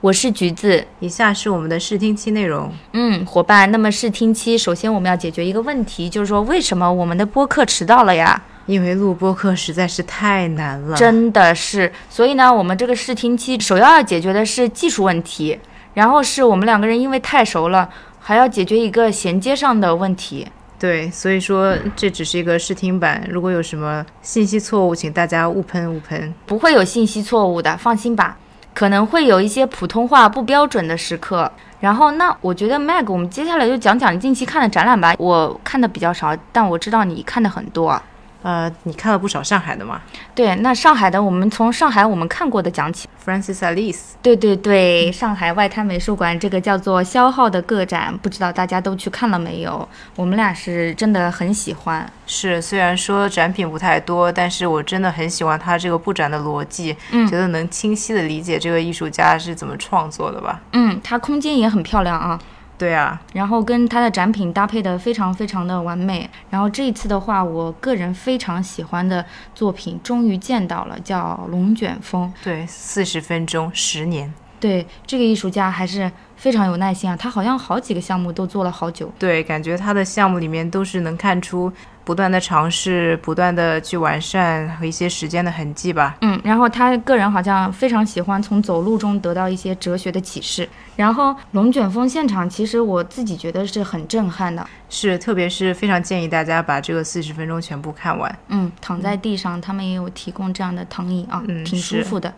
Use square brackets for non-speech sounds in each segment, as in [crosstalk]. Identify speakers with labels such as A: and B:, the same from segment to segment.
A: 我是橘子。
B: 以下是我们的试听期内容。
A: 嗯，伙伴，那么试听期，首先我们要解决一个问题，就是说为什么我们的播客迟到了呀？
B: 因为录播课实在是太难了，
A: 真的是，所以呢，我们这个试听期首要要解决的是技术问题，然后是我们两个人因为太熟了，还要解决一个衔接上的问题。
B: 对，所以说这只是一个试听版。如果有什么信息错误，请大家勿喷勿喷。
A: 不会有信息错误的，放心吧。可能会有一些普通话不标准的时刻。然后，那我觉得 Mag，我们接下来就讲讲你近期看的展览吧。我看的比较少，但我知道你看的很多啊。
B: 呃，你看了不少上海的嘛
A: 对，那上海的，我们从上海我们看过的讲起。
B: ，Francis Alice，
A: 对对对，上海外滩美术馆这个叫做消耗的个展，不知道大家都去看了没有？我们俩是真的很喜欢。
B: 是虽然说展品不太多，但是我真的很喜欢他这个布展的逻辑，
A: 嗯
B: 觉得能清晰的理解这个艺术家是怎么创作的吧。
A: 嗯，它空间也很漂亮啊，
B: 对啊，
A: 然后跟它的展品搭配的非常非常的完美。然后这一次的话，我个人非常喜欢的作品终于见到了，叫《龙卷风》。
B: 对，四十分钟，十年。
A: 对这个艺术家还是非常有耐心啊，他好像好几个项目都做了好久。
B: 对，感觉他的项目里面都是能看出不断的尝试、不断的去完善和一些时间的痕迹吧。
A: 嗯，然后他个人好像非常喜欢从走路中得到一些哲学的启示。然后龙卷风现场，其实我自己觉得是很震撼的。
B: 是，特别是非常建议大家把这个四十分钟全部看完。
A: 嗯，躺在地上，他们也有提供这样的躺椅啊，
B: 嗯
A: 挺舒
B: 是
A: 服的。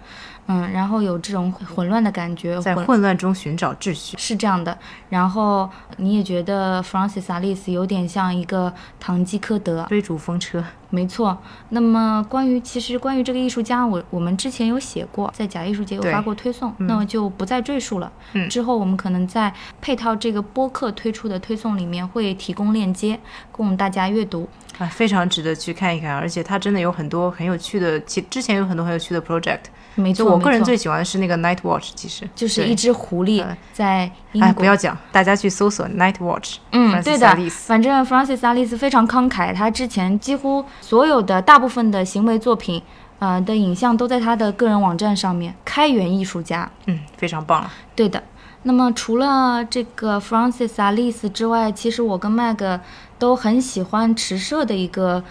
A: 嗯，然后有这种混乱的感觉，
B: 在
A: 混
B: 混乱中寻找秩序。
A: 是这样的。然后你也觉得 Francis Alice 有点像一个堂吉诃德，啊
B: 追逐风车，
A: 没错，那么关于其实关于这个艺术家，我我们之前有写过，在假艺术节有
B: 对
A: 发过推送，那么就不再赘述了。
B: 嗯
A: 之后我们可能在配套这个播客推出的推送里面会提供链接供大家阅读。
B: 啊，非常值得去看一看。而且它真的有很多很有趣的，其之前有很多很有趣的 project。
A: 没
B: 就
A: 错，
B: 我个人
A: 没错
B: 最喜欢的是那个 Night Watch，其实
A: 就是
B: 对
A: 一只狐狸
B: 呃
A: 在英
B: 哎，
A: 国
B: 不要讲，大家去搜索 Night Watch。
A: 嗯，对的
B: Alice，
A: 反正 Francis Alice 非常慷慨，他之前几乎所有的大部分的行为作品，呃的影像都在他的个人网站上面。开源艺术家，
B: 嗯，非常棒了。
A: 对的。那么除了这个 Francis Alice 之外，其实我跟 Mag 都很喜欢池社的一个，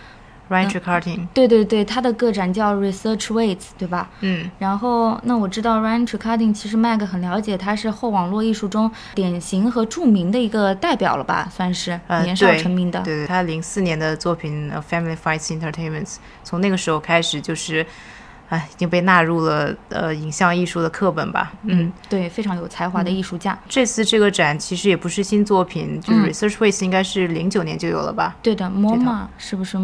B: Ryan
A: 嗯
B: t r i c a r t i n
A: 对对对，他的个展叫 Research Waits，对吧？
B: 嗯，
A: 然后，那我知道 Ryan t r i c a r d i n 其实 Mag 很了解，他是后网络艺术中典型和著名的一个代表了吧，算是
B: 呃
A: 年少
B: 对
A: 成名的。
B: 对对，他零四年的作品《呃 Family Fights Entertainment》，从那个时候开始就是，哎，已经被纳入了呃影像艺术的课本吧。嗯，
A: 对，非常有才华的艺术家。
B: 这次这个展其实也不是新作品，就是
A: 嗯
B: Research Ways 应该是零九年就有了吧，
A: 对的，MoMA 是不是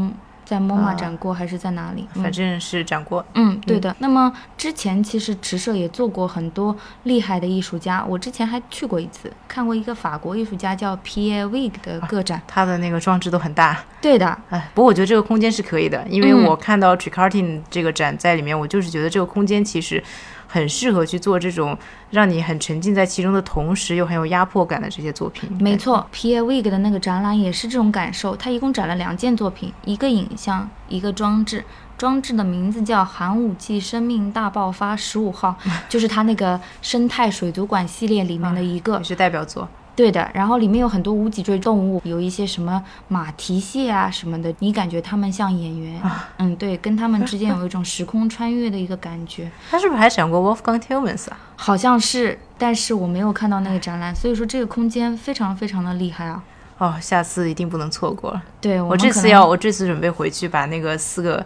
A: 在 MoMA 展过、还是在哪里？
B: 啊
A: 嗯
B: 反正是展过。
A: 嗯，对的。那么之前其实池社也做过很多厉害的艺术家，我之前还去过一次，看过一个法国艺术家叫 Pierre Wig 的个展。
B: 它的那个装置都很大，
A: 啊对的，
B: 哎，不过我觉得这个空间是可以的，因为
A: 嗯
B: 我看到 Tricartin 这个展在里面，我就是觉得这个空间其实很适合去做这种让你很沉浸在其中的同时又很有压迫感的这些作品。
A: 没错，Pierre Wig 的那个展览也是这种感受。他一共展了两件作品，一个影像，一个装置。装置的名字叫《寒武纪生命大爆发十五 [laughs] 号》，就是他那个生态水族馆系列里面的一个
B: 也。是代表作。
A: 对的，然后里面有很多无脊椎动物，有一些什么马蹄蟹啊什么的，你感觉他们像演员，
B: 啊
A: 嗯，对，跟他们之间有一种时空穿越的一个感觉，
B: 他是不是还展过 Wolfgang Tillmans 啊？
A: 好像是，但是我没有看到那个展览，所以说这个空间非常非常的厉害啊。
B: 哦，下次一定不能错过了。
A: 对我
B: 我
A: 们
B: 这
A: 可
B: 次
A: 能
B: 要，我这次准备回去把那个四个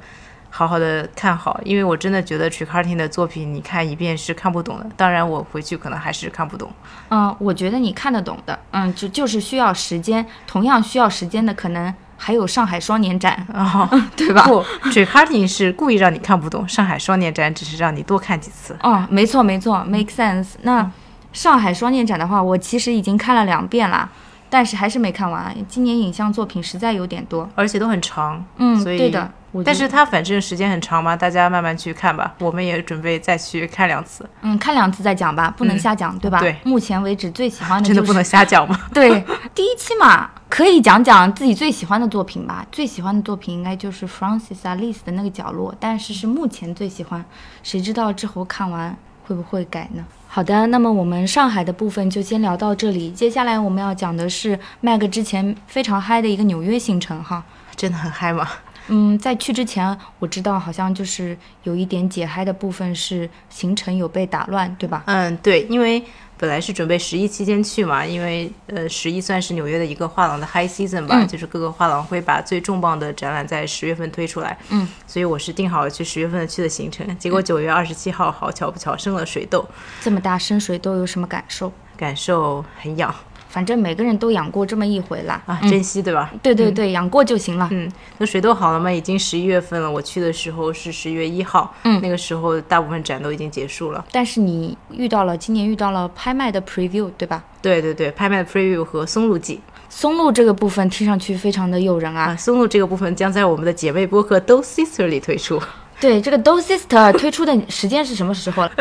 B: 好好的看好，因为我真的觉得 Tricartin 的作品你看一遍是看不懂的。当然，我回去可能还是看不懂。
A: 嗯，我觉得你看得懂的，嗯，就就是需要时间，同样需要时间的，可能还有上海双年展，
B: 哦，
A: [laughs] 对吧？
B: 不，Tricartin 是故意让你看不懂，上海双年展只是让你多看几次。
A: 哦，没错没错，make sense。那上海双年展的话，我其实已经看了两遍啦。但是还是没看完。今年影像作品实在有点多，
B: 而且都很长，
A: 嗯，
B: 所以
A: 对的。我
B: 但
A: 觉
B: 是
A: 得
B: 它反正时间很长嘛，大家慢慢去看吧。我们也准备再去看两次，
A: 嗯，看两次再讲吧，不能
B: 嗯
A: 瞎讲，对吧？
B: 对
A: 目前为止最喜欢的
B: 真
A: 就是
B: 的不能瞎
A: [laughs]
B: 讲嘛。
A: 对，第一期嘛，可以讲讲自己最喜欢的作品吧。最喜欢的作品应该就是 Francis Alice 的那个角落，但是是目前最喜欢。谁知道之后看完会不会改呢？好的，那么我们上海的部分就先聊到这里。接下来我们要讲的是 Meg 之前非常嗨的一个纽约行程哈。
B: 真的很嗨嘛。
A: 嗯，在去之前我知道好像就是有一点解嗨的部分是行程有被打乱，对吧？
B: 嗯，对，因为本来是准备十一期间去嘛，因为呃，十一算是纽约的一个画廊的 high season 吧，
A: 嗯
B: 就是各个画廊会把最重磅的展览在十月份推出来。
A: 嗯，
B: 所以我是定好了去十月份去的行程，结果九月二十七号，好巧不巧生了水痘，
A: 这么大深水痘有什么感受？
B: 感受很痒
A: 反正每个人都养过这么一回啦。
B: 啊，珍惜对吧？
A: 对对对，养过就行了。
B: 嗯，那水痘好了吗？已经十一月份了，我去的时候是十一月一号，
A: 嗯
B: 那个时候大部分展都已经结束了。
A: 但是你遇到了今年遇到了拍卖的 preview，对吧？
B: 对对对，拍卖 preview 和松露季
A: 松露这个部分听上去非常的诱人啊。
B: 啊，松露这个部分将在我们的姐妹播客 Do Sister 里推出。
A: 对，这个 Do Sister 推出的时间是什么时
B: [laughs]
A: 候了？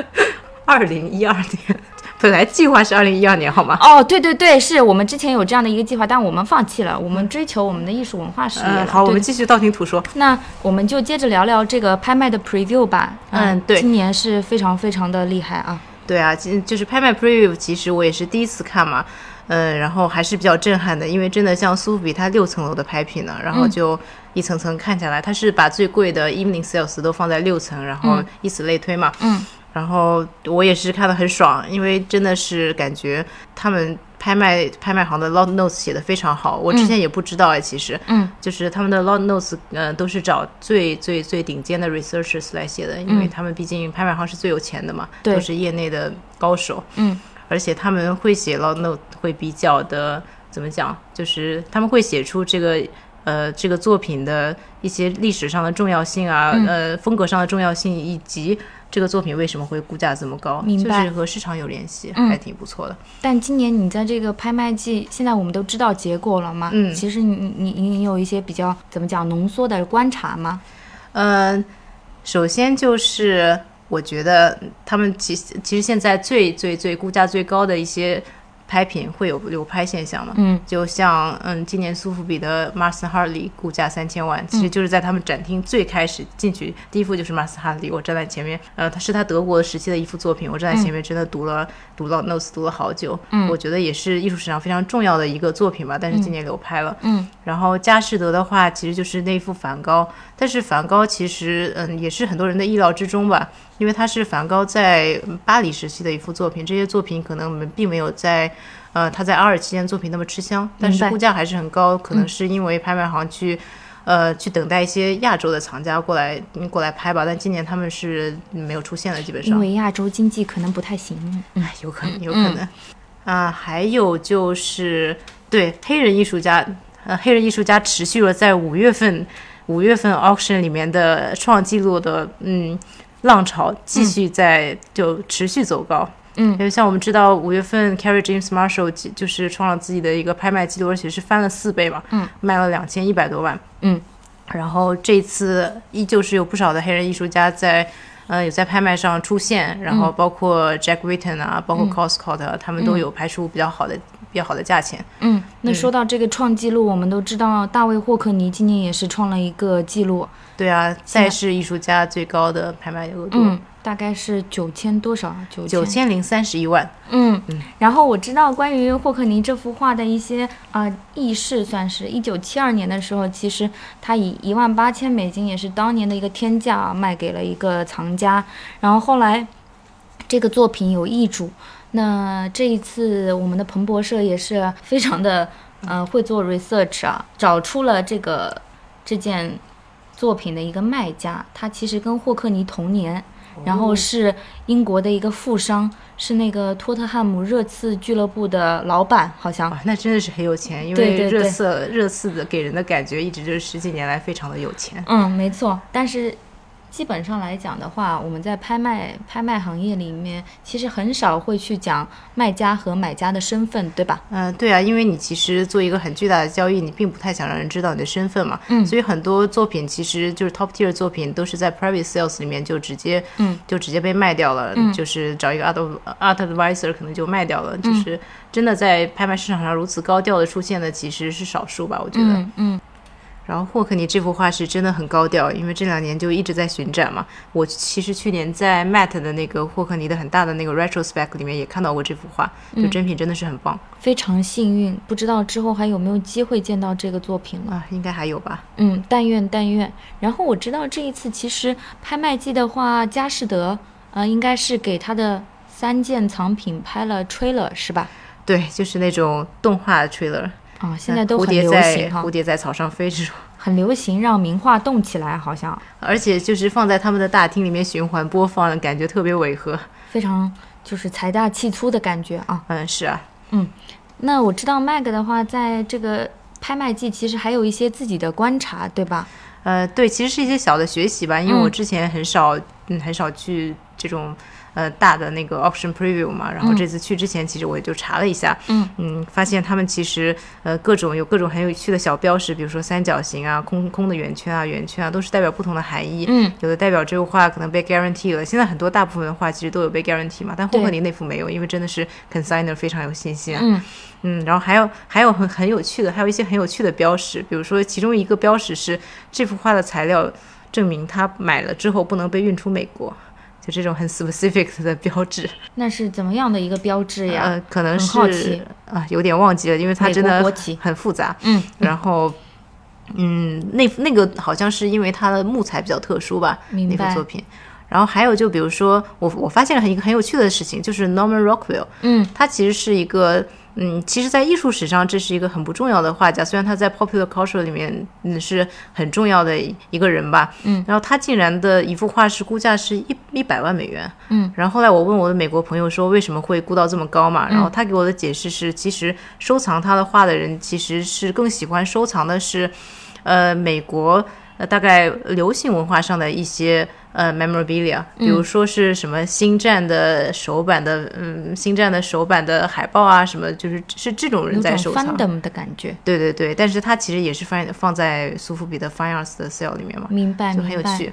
B: 二零一二年， [laughs] 本来计划是二零一二年，好吗？
A: 哦，对对对，是我们之前有这样的一个计划，但我们放弃了，我们追求我们的艺术文化事业了。
B: 嗯，好，我
A: 对
B: 们继续道听途说。
A: 那我们就接着聊聊这个拍卖的 preview 吧。
B: 嗯对
A: 今年是非常非常的厉害啊。
B: 对啊，其就是拍卖 preview，其实我也是第一次看嘛，嗯，然后还是比较震撼的，因为真的像苏富比它六层楼的拍品呢，然后就一层层看下来，它是把最贵的 evening sales 都放在六层，然后以此类推嘛。
A: 嗯，
B: 然后我也是看得很爽，因为真的是感觉他们拍卖拍卖行的 lot notes 写的非常好，我之前也不知道哎，其实，
A: 嗯，
B: 就是他们的 lot notes，呃，都是找最最最顶尖的 researchers 来写的，因为他们毕竟拍卖行是最有钱的嘛，
A: 嗯对
B: 都是业内的高手，
A: 嗯，
B: 而且他们会写 lot note 会比较的怎么讲，就是他们会写出这个。呃，这个作品的一些历史上的重要性啊，
A: 嗯
B: 呃，风格上的重要性，以及这个作品为什么会估价这么高，
A: 明白
B: 就是和市场有联系，
A: 嗯
B: 还挺不错的。
A: 但今年你在这个拍卖季，现在我们都知道结果了嘛？
B: 嗯
A: 其实你你你你有一些比较怎么讲浓缩的观察吗？
B: 嗯，首先就是我觉得他们其实其实现在最最最估价最高的一些拍品会有流拍现象嘛。
A: 嗯，
B: 就像嗯，今年苏富比的 Mars Harley 估价三千万，
A: 嗯
B: 其实就是在他们展厅最开始进去、第一幅就是 Mars Harley，我站在前面，呃，它是他德国时期的一幅作品，我站在前面真的读了、读了 notes 读了好久，
A: 嗯
B: 我觉得也是艺术史上非常重要的一个作品吧，但是今年流拍了，
A: 嗯，
B: 然后佳士得的话其实就是那幅梵高，但是梵高其实嗯也是很多人的意料之中吧，因为它是梵高在嗯巴黎时期的一幅作品，这些作品可能我们并没有在。呃，他在阿尔期间作品那么吃香，但
A: 明
B: 是
A: 白
B: 估价还是很高，可能是因为拍卖行去，呃，去等待一些亚洲的藏家过来、嗯过来拍吧。但今年他们是没有出现的，基本
A: 因
B: 上，
A: 为亚洲经济可能不太行。嗯
B: 哎，有可能，有可能。啊、还有就是对黑人艺术家，呃，黑人艺术家持续了在五月份五月份 auction 里面的创纪录的嗯浪潮，继续在、就持续走高。
A: 嗯
B: 因为像我们知道，五月份 Carrie James Marshall 就就是创了自己的一个拍卖记录，而且是翻了四倍嘛，
A: 嗯，
B: 卖了两千一百多万，
A: 嗯，
B: 然后这次依旧是有不少的黑人艺术家在，呃，有在拍卖上出现，然后包括 Jack Witten 啊，包括 Coscott，、啊，他们都有排出比较好的、比较好的价钱，
A: 嗯，那说到这个创纪录，我们都知道大卫霍克尼今年也是创了一个纪录，
B: 对啊，再是艺术家最高的拍卖额度
A: 嗯，大概是九千多少？九
B: 九千零三十一万，
A: 嗯，然后我知道关于霍克尼这幅画的一些呃轶事，算是一九七二年的时候，其实他以一万八千美金，也是当年的一个天价啊，卖给了一个藏家。然后后来这个作品有易主，那这一次我们的彭博社也是非常的呃会做 research 啊，找出了这个这件作品的一个卖家，他其实跟霍克尼同年，然后是英国的一个富商，是那个托特汉姆热刺俱乐部的老板，好像。
B: 啊哇，那真的是很有钱，因
A: 对
B: 为
A: 对对
B: 热刺热刺的给人的感觉一直就是十几年来非常的有钱。
A: 嗯，没错，但是基本上来讲的话，我们在拍卖拍卖行业里面，其实很少会去讲卖家和买家的身份，对吧？
B: 嗯、对啊，因为你其实做一个很巨大的交易，你并不太想让人知道你的身份嘛。
A: 嗯
B: 所以很多作品其实就是 top tier 作品，都是在 private sales 里面就直接，
A: 嗯，
B: 就直接被卖掉了。
A: 嗯
B: 就是找一个 art art advisor 可能就卖掉了。就是真的在拍卖市场上如此高调的出现的，其实是少数吧，我觉得。
A: 嗯嗯
B: 然后霍克尼这幅画是真的很高调，因为这两年就一直在巡展嘛。我其实去年在 Matt 的那个霍克尼的很大的那个 retrospect 里面也看到过这幅画，就
A: 嗯
B: 真品真的是很棒、
A: 非常幸运，不知道之后还有没有机会见到这个作品了。
B: 啊，应该还有吧？
A: 嗯，但愿但愿。然后我知道这一次其实拍卖季的话，佳士得呃应该是给他的三件藏品拍了 trailer 是吧？
B: 对，就是那种动画 trailer，呃
A: 啊、现在都
B: 蝴
A: 很
B: 蝶
A: 流
B: 在
A: 行哈
B: 蝴，蝶在草上飞这种，
A: 很流行让名画动起来，好像
B: 而且就是放在他们的大厅里面循环播放，感觉特别违和。
A: 非常就是财大气粗的感觉啊。
B: 嗯，是啊，
A: 那我知道 Mag 的话，在这个拍卖季其实还有一些自己的观察，对吧？
B: 呃，对，其实是一些小的学习吧，因为
A: 嗯
B: 我之前很少，嗯，很少去这种呃大的那个 auction preview 嘛，然后这次去之前，其实我也就查了一下，
A: 嗯
B: 发现他们其实呃各种有各种很有趣的小标识，比如说三角形啊、空空的圆圈啊、圆圈啊，都是代表不同的含义。
A: 嗯，
B: 有的代表这幅画可能被 guarantee 了，现在很多大部分的画其实都有被 guarantee 嘛，但霍克
A: 对
B: 尼那幅没有，因为真的是 consigner 非常有信心啊。
A: 嗯
B: 嗯，然后还有还有很很有趣的，还有一些很有趣的标识，比如说其中一个标识是这幅画的材料证明他买了之后不能被运出美国，就这种很 specific 的标志。
A: 那是怎么样的一个标志哎呀？
B: 呃，可能
A: 很
B: 是
A: 好奇
B: 啊、有点忘记了，因为它
A: 美
B: 真
A: 国
B: 的
A: 国旗
B: 很复杂。
A: 嗯，
B: 然后。嗯，那那个好像是因为它的木材比较特殊吧，
A: 明
B: 那
A: 白
B: 幅作品。然后还有就比如说，我我发现了很一个很有趣的事情，就是 Norman Rockwell，
A: 嗯，
B: 他其实是一个，嗯，其实，在艺术史上这是一个很不重要的画家，虽然他在 popular culture 里面嗯是很重要的一个人吧，
A: 嗯，
B: 然后他竟然的一幅画是估价是一一百万美元，
A: 嗯，
B: 然后后来我问我的美国朋友说为什么会估到这么高嘛，然后他给我的解释是，其实收藏他的画的人其实是更喜欢收藏的是，呃，美国。呃，大概流行文化上的一些呃 memorabilia，比
A: 嗯
B: 如说是什么星战的首版的，嗯，星战的首版的海报啊，什么就是是这种人
A: 有
B: 在
A: 种
B: 收藏。
A: fandom 的感觉，
B: 对对对，但是它其实也是放放在苏富比的 Fine Arts 的 sale 里面嘛，
A: 明白
B: 就很有
A: 明白。
B: 趣。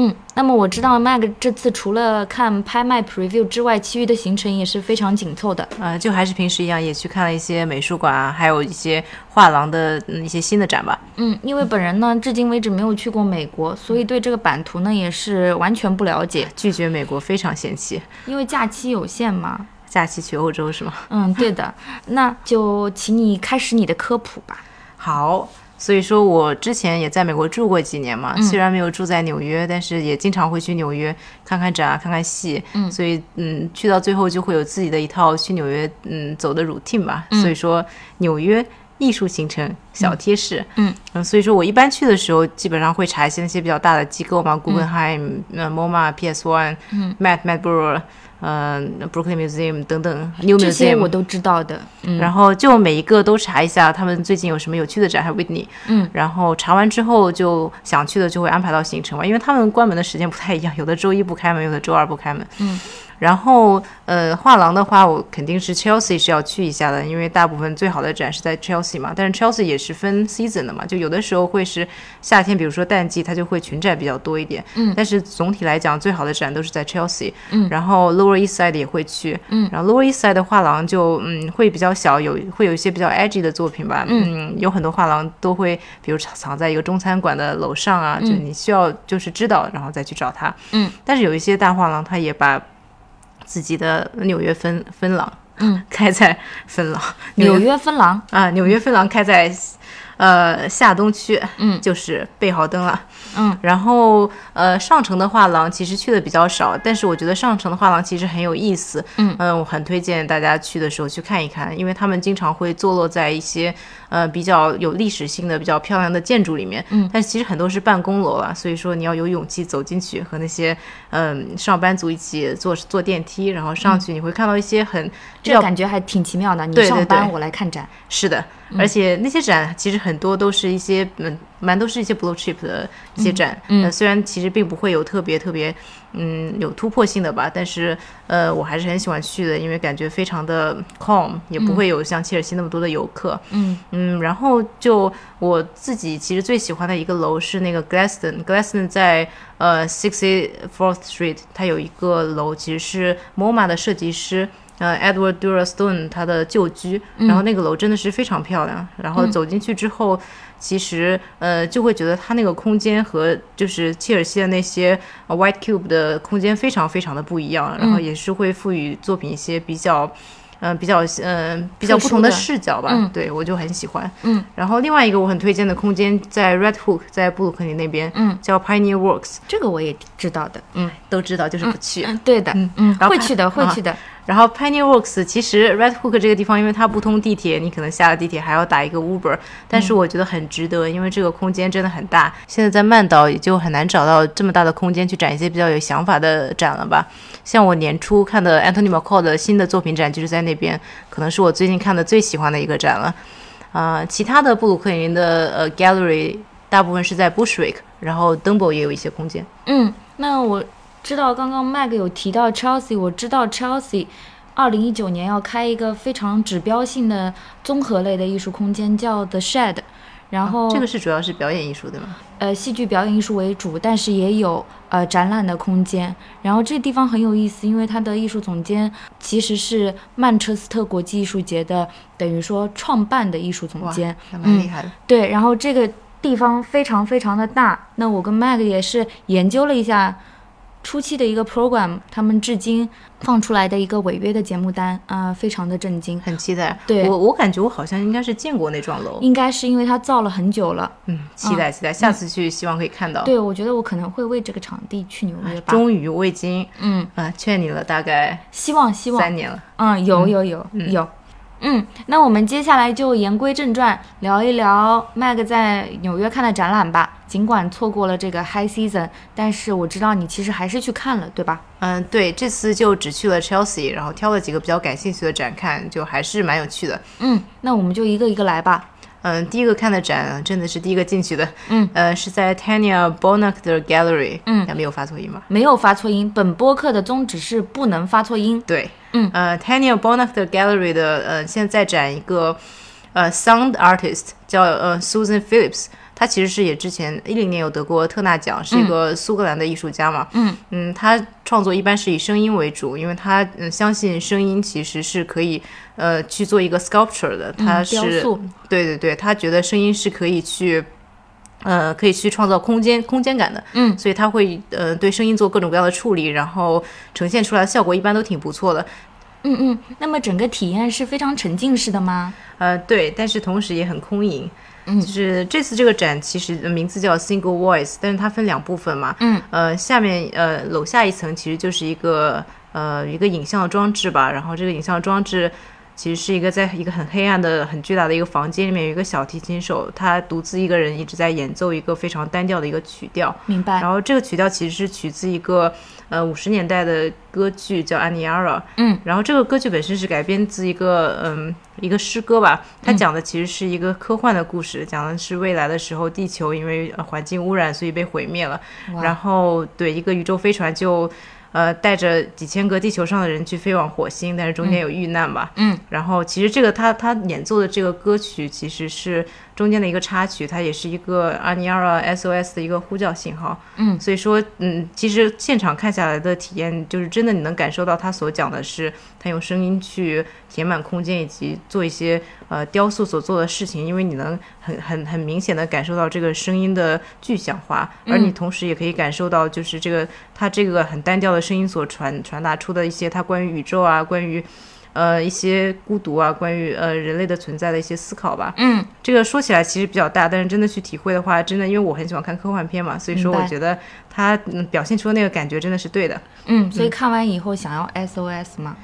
A: 嗯，那么我知道 Mag 这次除了看拍卖 preview 之外，其余的行程也是非常紧凑的。
B: 呃，就还是平时一样，也去看了一些美术馆啊，还有一些画廊的、嗯、一些新的展吧。
A: 嗯，因为本人呢，至今为止没有去过美国，所以对这个版图呢也是完全不了解。
B: 拒绝美国非常嫌弃，
A: 因为假期有限嘛。
B: 假期去欧洲是吗？
A: 嗯，对的。那就请你开始你的科普吧。
B: 好，所以说我之前也在美国住过几年
A: 嗯
B: 嘛，虽然没有住在纽约，但是也经常会去纽约看看展啊，看看戏。嗯，所以嗯，去到最后就会有自己的一套去纽约嗯走的 routine 吧。
A: 嗯
B: 所以说纽约。艺术形成小贴士，
A: 嗯
B: 所以说我一般去的时候，基本上会查一些那些比较大的机构嘛，Guggenheim、呃 MoMA、PS One、嗯、Matt Matt Brewer、嗯、Brooklyn Museum 等等，New
A: 这些
B: Museum
A: 我都知道的。嗯
B: 然后就每一个都查一下他们最近有什么有趣的展，还有 Whitney，
A: 嗯，
B: 然后查完之后就想去的就会安排到行程嘛，因为他们关门的时间不太一样，有 [laughs] 的周一不开门，有的周二不开门，
A: 嗯，
B: 然后呃画廊的话，我肯定是 Chelsea 是要去一下的，因为大部分最好的展是在 Chelsea 嘛，但是 Chelsea 也是分 season 的嘛，就有的时候会是夏天，比如说淡季，它就会群展比较多一点，
A: 嗯
B: 但是总体来讲，最好的展都是在 Chelsea，
A: 嗯
B: 然后 Lower East Side 也会去，
A: 嗯
B: 然后 Lower East Side 的画廊就嗯会比较小，有会有一些比较 edgy 的作品吧，嗯有很多画廊都会，比如藏藏在一个中餐馆的楼上啊，就你需要就是知道，然后再去找它，
A: 嗯，
B: 但是有一些大画廊，它也把自己的纽约分分廊，
A: 嗯，
B: [laughs] 开在分廊，
A: 纽约芬兰。
B: 啊，纽约分廊开在呃下东区，
A: 嗯
B: 就是贝豪登了，
A: 嗯，
B: 然后呃上城的画廊其实去的比较少，但是我觉得上城的画廊其实很有意思，呃
A: 嗯
B: 我很推荐大家去的时候去看一看，因为他们经常会坐落在一些呃比较有历史性的、比较漂亮的建筑里面，
A: 嗯，
B: 但其实很多是办公楼啊，所以说你要有勇气走进去，和那些嗯、上班族一起坐坐电梯，然后上去，你会看到一些很比
A: 嗯这
B: 较
A: 感觉还挺奇妙的。你
B: 对对
A: 上班，
B: 对
A: 我来看展。
B: 嗯是的，而且那些展其实很很多都是一些嗯，蛮都是一些 blow chip 的一些展，嗯，虽然其实并不会有特别特别嗯有突破性的吧，但是呃，我还是很喜欢去的，因为感觉非常的 calm，也不会有像切尔西那么多的游客，
A: 嗯
B: 嗯，然后就我自己其实最喜欢的一个楼是那个 Glaston，Glaston 在呃 Sixty Fourth Street，它有一个楼其实是 MoMA 的设计师。呃，Edward Dura Stone 他的旧居，
A: 嗯
B: 然后那个楼真的是非常漂亮。然后走进去之后，其实呃就会觉得它那个空间和就是切尔西的那些呃 White Cube 的空间非常非常的不一样，
A: 嗯
B: 然后也是会赋予作品一些比较，嗯、比较嗯、比较
A: 特
B: 不
A: 殊
B: 同的
A: 的
B: 视角吧。
A: 嗯
B: 对我就很喜欢。
A: 嗯，
B: 然后另外一个我很推荐的空间在 Red Hook，在布鲁克林那边，
A: 嗯，
B: 叫 Pioneer Works，
A: 这个我也知道的。
B: 嗯，都知道就是不去。
A: 嗯，对的，嗯，
B: 然后
A: 会
B: 看
A: 去的，会
B: 啊
A: 去的。
B: 然后 Penny Works 其实 Red Hook 这个地方，因为它不通地铁，你可能下了地铁还要打一个 Uber，但是我觉得很值得，因为这个空间真的很大。现在在曼岛也就很难找到这么大的空间去展一些比较有想法的展了吧。像我年初看的 Anthony McCall 的新的作品展就是在那边，可能是我最近看的最喜欢的一个展了。啊、其他的布鲁克林的呃 gallery 大部分是在 Bushwick，然后 Dumbo 也有一些空间。
A: 嗯，那我知道刚刚 Mag 有提到 Chelsea，我知道 Chelsea 二零一九年要开一个非常指标性的综合类的艺术空间，叫 The Shed。然后、
B: 这个是主要是表演艺术对吗？
A: 呃戏剧表演艺术为主，但是也有呃展览的空间。然后这地方很有意思，因为它的艺术总监其实是曼彻斯特国际艺术节的等于说创办的艺术总
B: 哇
A: 监，，
B: 还蛮厉害的。
A: 对，然后这个地方非常非常的大。那我跟 Mag 也是研究了一下初期的一个 program，他们至今放出来的一个违约的节目单啊、非常的震惊。
B: 很期待。
A: 对
B: 我我感觉我好像应该是见过那幢楼，
A: 应该是因为它造了很久了。
B: 嗯，期待期待，下次去希望可以看到。，
A: 对，我觉得我可能会为这个场地去纽约吧。
B: 终于我已经
A: 嗯，
B: 啊、劝你了大概
A: 希望希望
B: 三。年了。
A: 嗯，有有有有。嗯，那我们接下来就言归正传，聊一聊 Mag 在纽约看的展览吧。尽管错过了这个 High Season，但是我知道你其实还是去看了，对吧？
B: 嗯，对，这次就只去了 Chelsea，然后挑了几个比较感兴趣的展看，就还是蛮有趣的。
A: 嗯，那我们就一个一个来吧。
B: 嗯，第一个看的展真的是第一个进去的，
A: 嗯，
B: 呃，是在 Tanya Bonac 的 Gallery，
A: 嗯，
B: 没有发错音吗？
A: 没有发错音，本播客的宗旨是不能发错音。
B: 对，
A: 嗯
B: 呃，Tanya Bonac 的 Gallery 的呃，现在展一个呃 sound artist 叫呃 Susan Phillips，她其实是也之前一零年有得过特纳奖，是一个苏格兰的艺术家嘛。
A: 嗯
B: 嗯，她创作一般是以声音为主，因为她嗯相信声音其实是可以呃去做一个 sculpture 的，她是、
A: 嗯雕塑，
B: 对对对，他觉得声音是可以去，呃，可以去创造空间空间感的，
A: 嗯，
B: 所以他会呃对声音做各种各样的处理，然后呈现出来的效果一般都挺不错的，
A: 嗯嗯。那么整个体验是非常沉浸式的吗？
B: 呃，对，但是同时也很空盈。嗯，就是这次这个展其实名字叫 Single Voice，但是它分两部分嘛。
A: 嗯，
B: 呃，下面呃楼下一层其实就是一个呃一个影像装置吧，然后这个影像装置其实是一个在一个很黑暗的、很巨大的一个房间里面有一个小提琴手，他独自一个人一直在演奏一个非常单调的一个曲调。
A: 明白。
B: 然后这个曲调其实是取自一个呃五十年代的歌剧叫《安妮亚拉》，
A: 嗯，
B: 然后这个歌剧本身是改编自一个嗯一个诗歌吧，
A: 嗯
B: 它讲的其实是一个科幻的故事，讲的是未来的时候地球因为呃环境污染所以被毁灭了，
A: 哇
B: 然后对一个宇宙飞船就。呃，带着几千个地球上的人去飞往火星，但是中间有遇难吧。
A: 嗯，
B: 然后其实这个他他演奏的这个歌曲其实是中间的一个插曲，它也是一个阿尼亚拉 SOS 的一个呼叫信号。
A: 嗯
B: 所以说，嗯，其实现场看下来的体验，就是真的你能感受到他所讲的是，他用声音去填满空间，以及做一些呃雕塑所做的事情，因为你能很很很明显的感受到这个声音的具象化，而你同时也可以感受到，就是这个他这个很单调的声音所传传达出的一些他关于宇宙啊，关于。呃，一些孤独啊，关于呃人类的存在的一些思考吧。
A: 嗯，
B: 这个说起来其实比较大，但是真的去体会的话，真的因为我很喜欢看科幻片嘛，所以说
A: 明白
B: 我觉得他嗯表现出的那个感觉真的是对的。
A: 嗯，所以看完以后想要 SOS 吗？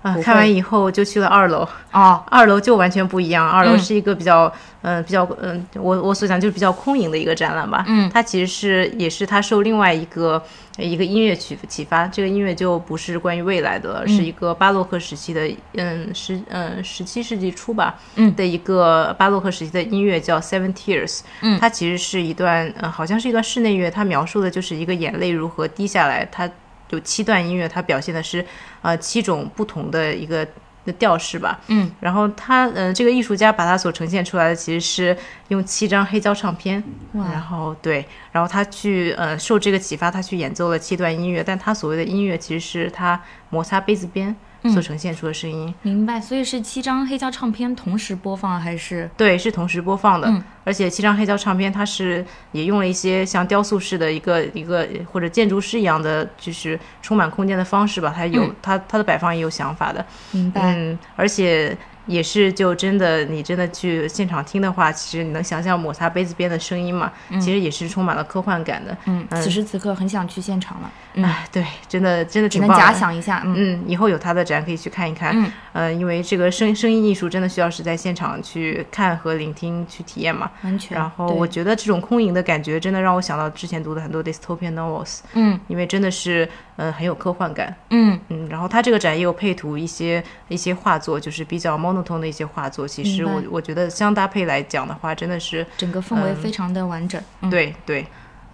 B: 啊、
A: 不
B: 看
A: 会
B: 完以后就去了二楼，
A: 哦，
B: 二楼就完全不一样。二楼
A: 嗯
B: 是一个比较，嗯、比较，嗯、我我所讲就是比较空灵的一个展览吧。
A: 嗯
B: 它其实是也是它受另外一个一个音乐启启发，这个音乐就不是关于未来的，
A: 嗯
B: 是一个巴洛克时期的，嗯，十嗯十七世纪初吧，
A: 嗯
B: 的一个巴洛克时期的音乐叫 Seven Tears。
A: 嗯
B: 它其实是一段，呃，好像是一段室内乐，它描述的就是一个眼泪如何滴下来，它。有七段音乐，它表现的是，呃，七种不同的一个调式吧。
A: 嗯，
B: 然后他，呃，这个艺术家把他所呈现出来的其实是用七张黑胶唱片，然后对，然后他去，呃，受这个启发，他去演奏了七段音乐，但他所谓的音乐其实是他摩擦杯子边所呈现出的声音，
A: 明白。所以是七张黑胶唱片同时播放，还是
B: 对，是同时播放的，
A: 嗯
B: 而且七张黑胶唱片它是也用了一些像雕塑式的一个一个或者建筑师一样的，就是充满空间的方式吧，它有、它它的摆放也有想法的，
A: 明白？
B: 嗯，而且也是就真的，你真的去现场听的话，其实你能想象抹擦杯子边的声音嘛？其实也是充满了科幻感的。
A: 嗯，此时此刻很想去现场了，嗯，
B: 哎，对，真的真的
A: 只能
B: 挺棒的。
A: 假想一下，嗯，
B: 嗯，以后有他的展可以去看一看。
A: 嗯，
B: 呃，因为这个声声音艺术真的需要是在现场去看和聆听去体验嘛。
A: 完全。
B: 然后
A: 对
B: 我觉得这种空营的感觉，真的让我想到之前读的很多 dystopian novels，
A: 嗯
B: 因为真的是呃很有科幻感。
A: 嗯，
B: 嗯，然后它这个展也有配图一些一些画作，就是比较 monotone 的一些画作。其实
A: 明白
B: 我我觉得相搭配来讲的话，真的是
A: 整个氛围非常的完整。嗯，
B: 对对。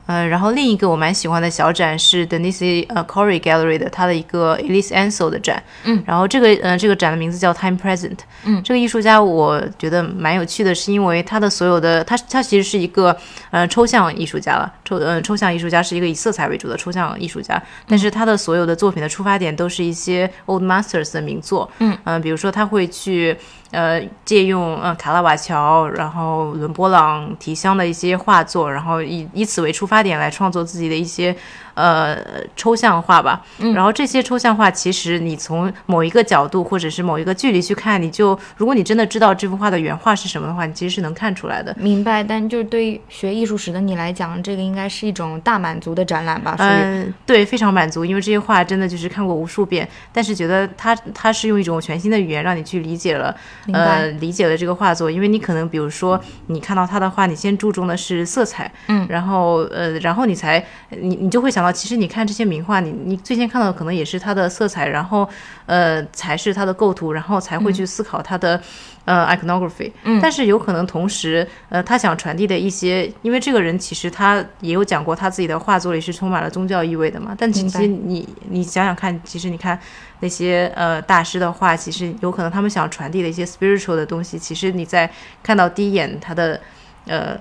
B: 呃，然后另一个我蛮喜欢的小展是 Denise 呃 Corey Gallery 的，它的一个 Elise Ansel 的展。
A: 嗯，
B: 然后这个呃这个展的名字叫 Time Present。
A: 嗯
B: 这个艺术家我觉得蛮有趣的，是因为他的所有的他他其实是一个呃抽象艺术家了，抽呃抽象艺术家是一个以色彩为主的抽象艺术
A: 嗯
B: 家，但是他的所有的作品的出发点都是一些 old masters 的名作。
A: 嗯
B: 呃比如说他会去。呃，借用呃卡拉瓦乔，然后伦勃朗、提香的一些画作，然后以以此为出发点来创作自己的一些呃抽象画吧。然后这些抽象画，其实你从某一个角度或者是某一个距离去看，你就如果你真的知道这幅画的原画是什么的话，你其实是能看出来的。
A: 明白。但就是对于学艺术史的你来讲，这个应该是一种大满足的展览吧？属于。
B: 嗯，对，非常满足，因为这些画真的就是看过无数遍，但是觉得它它是用一种全新的语言让你去理解了，
A: 明白
B: 呃，理解了这个画作，因为你可能比如说你看到它的画，你先注重的是色彩，
A: 嗯
B: 然后呃，然后你才你你就会想到，其实你看这些名画，你你最先看到的可能也是它的色彩，然后呃才是它的构图，然后才会去思考它的。呃，iconography，
A: 嗯
B: 但是有可能同时，呃，他想传递的一些，因为这个人其实他也有讲过，他自己的画作里是充满了宗教意味的嘛。但其
A: 明白
B: 实你你想想看，其实你看那些呃大师的画，其实有可能他们想传递的一些 spiritual 的东西，其实你在看到第一眼他的呃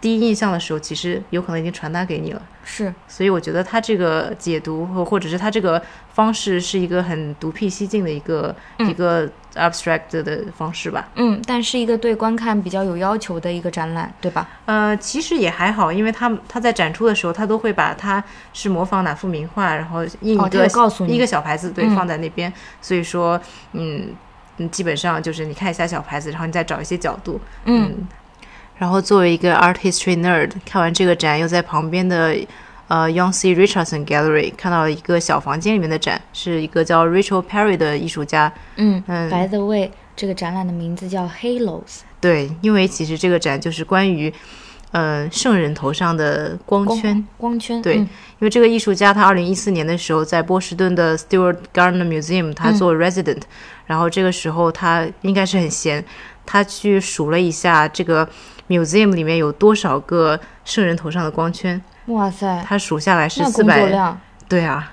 B: 第一印象的时候，其实有可能已经传达给你了。
A: 是，
B: 所以我觉得他这个解读或或者是他这个方式是一个很独辟蹊径的一个、
A: 嗯
B: 一个 abstract 的方式吧。
A: 嗯，但是一个对观看比较有要求的一个展览，对吧？
B: 呃，其实也还好，因为他他在展出的时候，他都会把他是模仿哪幅名画，然后印
A: 哦
B: 一
A: 他
B: 个、
A: 有告诉你
B: 一个小牌子，对，
A: 嗯
B: 放在那边。所以说，嗯，嗯基本上就是你看一下小牌子，然后你再找一些角度，
A: 嗯，
B: 然后作为一个 art history nerd，看完这个展，又在旁边的呃 Young C Richardson Gallery 看到了一个小房间里面的展，是一个叫 Rachel Perry 的艺术家。
A: 嗯
B: 嗯
A: ，By the way，这个展览的名字叫 Halos，
B: 对，因为其实这个展就是关于呃圣人头上的光
A: 光
B: 圈。
A: 光圈。
B: 对，
A: 嗯
B: 因为这个艺术家他二零一四年的时候在波士顿的 Stewart Gardner Museum 他
A: 嗯
B: 做 resident，、然后这个时候他应该是很闲，他去数了一下这个 museum 里面有多少个圣人头上的光圈，
A: 哇塞，
B: 他数下来是
A: 那
B: 四
A: 工作
B: 百，
A: 量，
B: 对啊。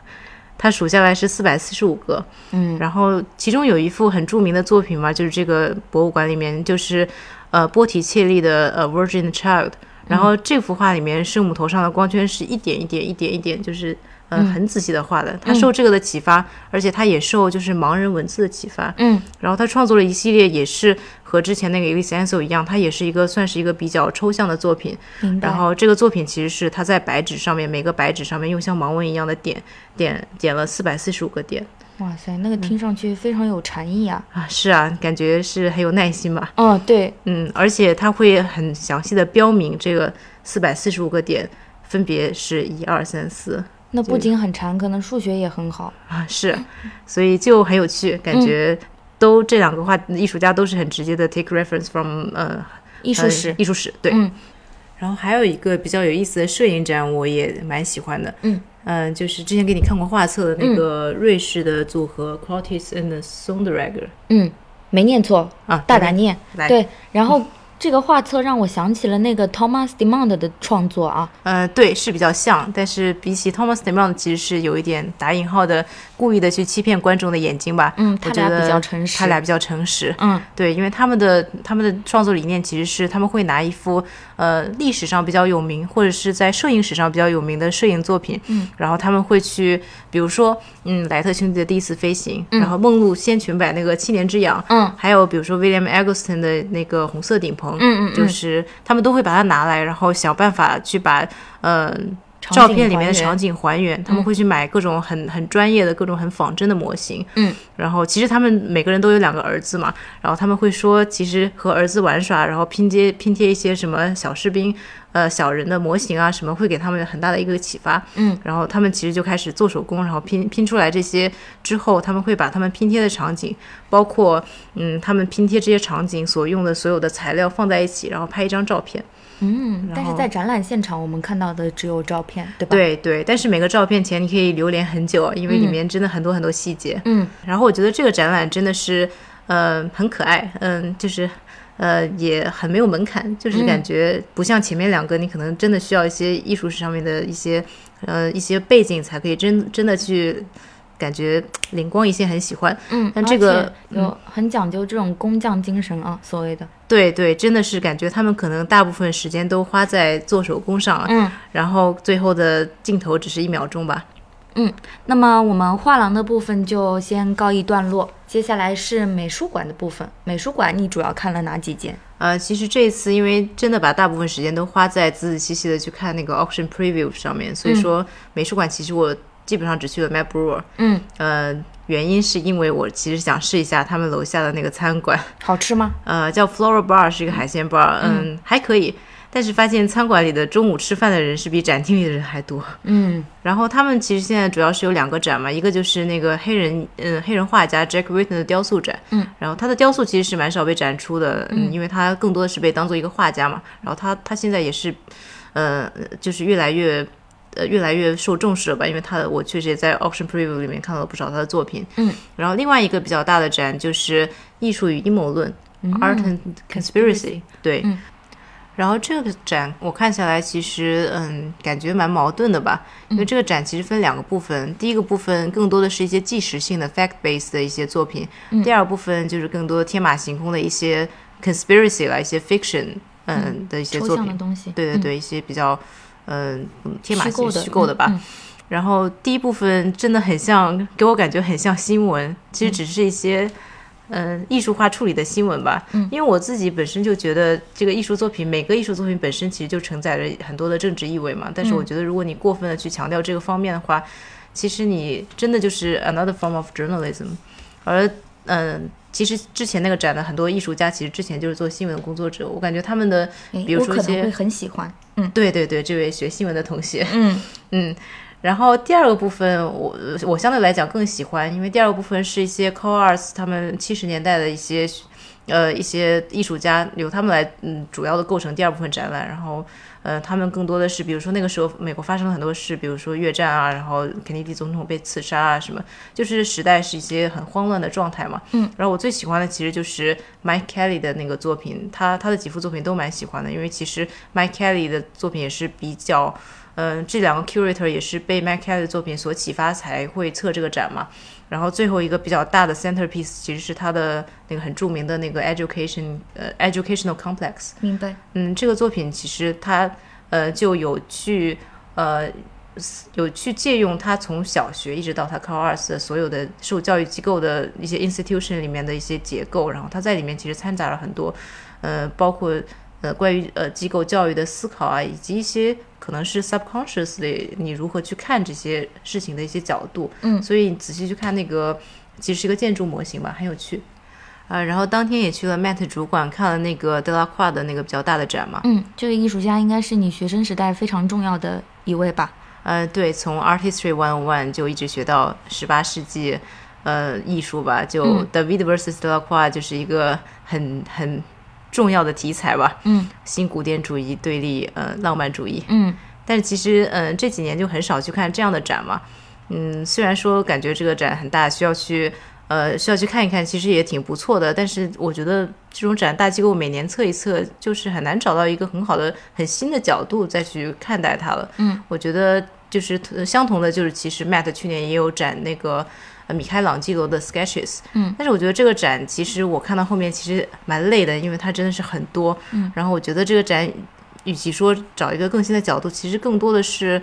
B: 他数下来是四百四十五个，
A: 嗯，
B: 然后其中有一幅很著名的作品嘛，就是这个博物馆里面，就是呃波提切利的呃 Virgin Child，然后这幅画里面圣母头上的光圈是一点一点一点一点，就是呃、很仔细的画的。他受这个的启发，而且他也受就是盲人文字的启发，
A: 嗯，
B: 然后他创作了一系列也是和之前那个 e l i s a n s o 一样，它也是一个算是一个比较抽象的作品，
A: 明白
B: 然。后这个作品其实是他在白纸上面，每个白纸上面用像盲文一样的点点点了四百四十五个点
A: 哇塞，那个
B: 嗯
A: 听上去非常有禅意啊。
B: 啊，是啊，感觉是很有耐心吧，
A: 嗯，对，
B: 嗯，而且他会很详细的标明这个四百四十五个点分别是一二三四，
A: 那不仅很馋，可能数学也很好。
B: 啊，是，所以就很有趣，感觉
A: 嗯
B: 都这两个画艺术家都是很直接的 take reference from 呃
A: 艺术史
B: 呃，艺术史对。
A: 嗯
B: 然后还有一个比较有意思的摄影展，我也蛮喜欢的。
A: 嗯
B: 嗯、就是之前给你看过画册的那个瑞士的组合 c r o t i s and Sonderagger
A: 嗯，没念错，
B: 啊，
A: 大胆念。
B: 来
A: 对，然后这个画册让我想起了那个 Thomas Demand 的创作啊，
B: 呃，对，是比较像，但是比起 Thomas Demont 其实是有一点打引号的故意的去欺骗观众的眼睛吧。
A: 嗯
B: 我
A: 他
B: 觉
A: 俩比
B: 得
A: 较诚实
B: 他俩比较诚实。
A: 嗯
B: 对，因为他们的他们的创作理念其实是他们会拿一幅呃历史上比较有名，或者是在摄影史上比较有名的摄影作品，
A: 嗯，
B: 然后他们会去，比如说嗯莱特兄弟的第一次飞行，然后梦露仙裙摆那个七年之痒，
A: 嗯
B: 还有比如说 William Eggleston 的那个红色顶棚，
A: 嗯嗯嗯
B: 就是他们都会把它拿来，然后想办法去把呃
A: 场
B: 照
A: 景
B: 片里面的
A: 还原
B: 场景还原，
A: 嗯
B: 他们会去买各种很很专业的各种很仿真的模型，
A: 嗯，
B: 然后其实他们每个人都有两个儿子嘛，然后他们会说其实和儿子玩耍，然后拼接拼贴一些什么小士兵。呃，小人的模型啊，什么会给他们很大的一个启发。
A: 嗯，
B: 然后他们其实就开始做手工，然后拼拼出来这些之后，他们会把他们拼贴的场景，包括嗯，他们拼贴这些场景所用的所有的材料放在一起，然后拍一张照片。
A: 嗯，但是
B: 后
A: 在展览现场我们看到的只有照片，对吧？，
B: 对对，但是每个照片前你可以流连很久，啊因为里面真的很多很多细节。
A: 嗯
B: 然后我觉得这个展览真的是，呃，很可爱，嗯、就是，呃，也很没有门槛，就是感觉不像前面两个，你可能真的需要一些艺术史上面的一些，呃，一些背景才可以真真的去感觉灵光一现，很喜欢。
A: 嗯，
B: 但这个
A: 而且有很讲究这种工匠精神啊，所谓的，
B: 对对，真的是感觉他们可能大部分时间都花在做手工上了，啊
A: 嗯。
B: 然后最后的镜头只是一秒钟吧。
A: 那么我们画廊的部分就先告一段落，接下来是美术馆的部分。美术馆你主要看了哪几间？
B: 呃，其实这一次因为真的把大部分时间都花在仔仔细细的去看那个 auction preview 上面，所以说美术馆其实我基本上只去了 Map Brewer。
A: 嗯，
B: 呃，原因是因为我其实想试一下他们楼下的那个餐馆，
A: 好吃吗？
B: 呃，叫 Floral Bar，是一个海鲜 bar，嗯，还可以。但是发现餐馆里的中午吃饭的人是比展厅里的人还多。
A: 嗯
B: 然后他们其实现在主要是有两个展嘛，一个就是那个黑人，嗯、黑人画家 Jack Whitten 的雕塑展，
A: 嗯，
B: 然后他的雕塑其实是蛮少被展出的，嗯，因为他更多的是被当做一个画家嘛，然后他他现在也是，呃，就是越来越。呃，越来越受重视了吧？因为他，我确实也在 auction preview 里面看到了不少他的作品。
A: 嗯，
B: 然后另外一个比较大的展就是艺术与阴谋论，
A: 嗯
B: Art and Conspiracy，对。
A: 嗯
B: 然后这个展我看下来，其实嗯，感觉蛮矛盾的吧，
A: 嗯
B: 因为这个展其实分两个部分，第一个部分更多的是一些纪实性的 fact base 的一些作品，
A: 嗯
B: 第二部分就是更多天马行空的一些 conspiracy 啦，一些 fiction，嗯的一些
A: 抽
B: 作
A: 象
B: 品
A: 的，东西。
B: 对对对，一些比较嗯、天马
A: 虚
B: 行
A: 构的
B: 虚构的吧。
A: 嗯嗯
B: 然后第一部分真的很像，给我感觉很像新闻，其实只是一些。嗯、艺术化处理的新闻吧，嗯，因为我自己本身就觉得这个艺术作品，每个艺术作品本身其实就承载着很多的政治意味嘛。但
A: 嗯
B: 是我觉得，如果你过分的去强调这个方面的话，其实你真的就是 another form of journalism。而嗯、其实之前那个展的很多艺术家，其实之前就是做新闻工作者，我感觉他们的
A: 诶
B: 比如
A: 嗯我
B: 说
A: 可
B: 一
A: 能
B: 些
A: 会很喜欢。嗯
B: 对对对，这位学新闻的同学，
A: 嗯
B: 嗯，然后第二个部分我我相对来讲更喜欢，因为第二个部分是一些 c o a r s 他们七十年代的一些呃一些艺术家由他们来嗯主要的构成第二部分展览，然后呃他们更多的是比如说那个时候美国发生了很多事，比如说越战啊，然后肯尼迪总统被刺杀啊什么，就是时代是一些很慌乱的状态嘛。
A: 嗯，
B: 然后我最喜欢的其实就是 Mike Kelly 的那个作品，他他的几幅作品都蛮喜欢的，因为其实 Mike Kelly 的作品也是比较。嗯，这两个 curator 也是被 Mike Kelly 的作品所启发才会策这个展嘛。然后最后一个比较大的 centerpiece 其实是他的那个很著名的那个 education 呃 educational complex。
A: 明白。
B: 嗯，这个作品其实他呃就有去呃有去借用他从小学一直到他高二的所有的受教育机构的一些 institution 里面的一些结构，然后他在里面其实掺杂了很多呃包括呃关于呃机构教育的思考啊，以及一些可能是 subconsciously 你如何去看这些事情的一些角度。
A: 嗯
B: 所以你仔细去看那个，其实是一个建筑模型吧，很有趣。呃，然后当天也去了 Matt 主管看了那个德拉夸的那个比较大的展嘛，
A: 嗯，这个艺术家应该是你学生时代非常重要的一位吧？
B: 呃，对，从 Artistry One oh One 就一直学到十八世纪，呃，艺术吧，就
A: 嗯
B: David versus Delacroix 就是一个很很重要的题材吧，
A: 嗯
B: 新古典主义对立呃浪漫主义，
A: 嗯
B: 但是其实嗯、呃这几年就很少去看这样的展嘛，嗯，虽然说感觉这个展很大，需要去。呃，需要去看一看，其实也挺不错的。但是我觉得这种展，大机构每年测一测，就是很难找到一个很好的、很新的角度再去看待它了。
A: 嗯，
B: 我觉得就是呃相同的，就是其实 Matt 去年也有展那个呃米开朗基罗的 Sketches，
A: 嗯，
B: 但是我觉得这个展其实我看到后面其实蛮累的，因为它真的是很多。嗯，然后我觉得这个展，与其说找一个更新的角度，其实更多的是。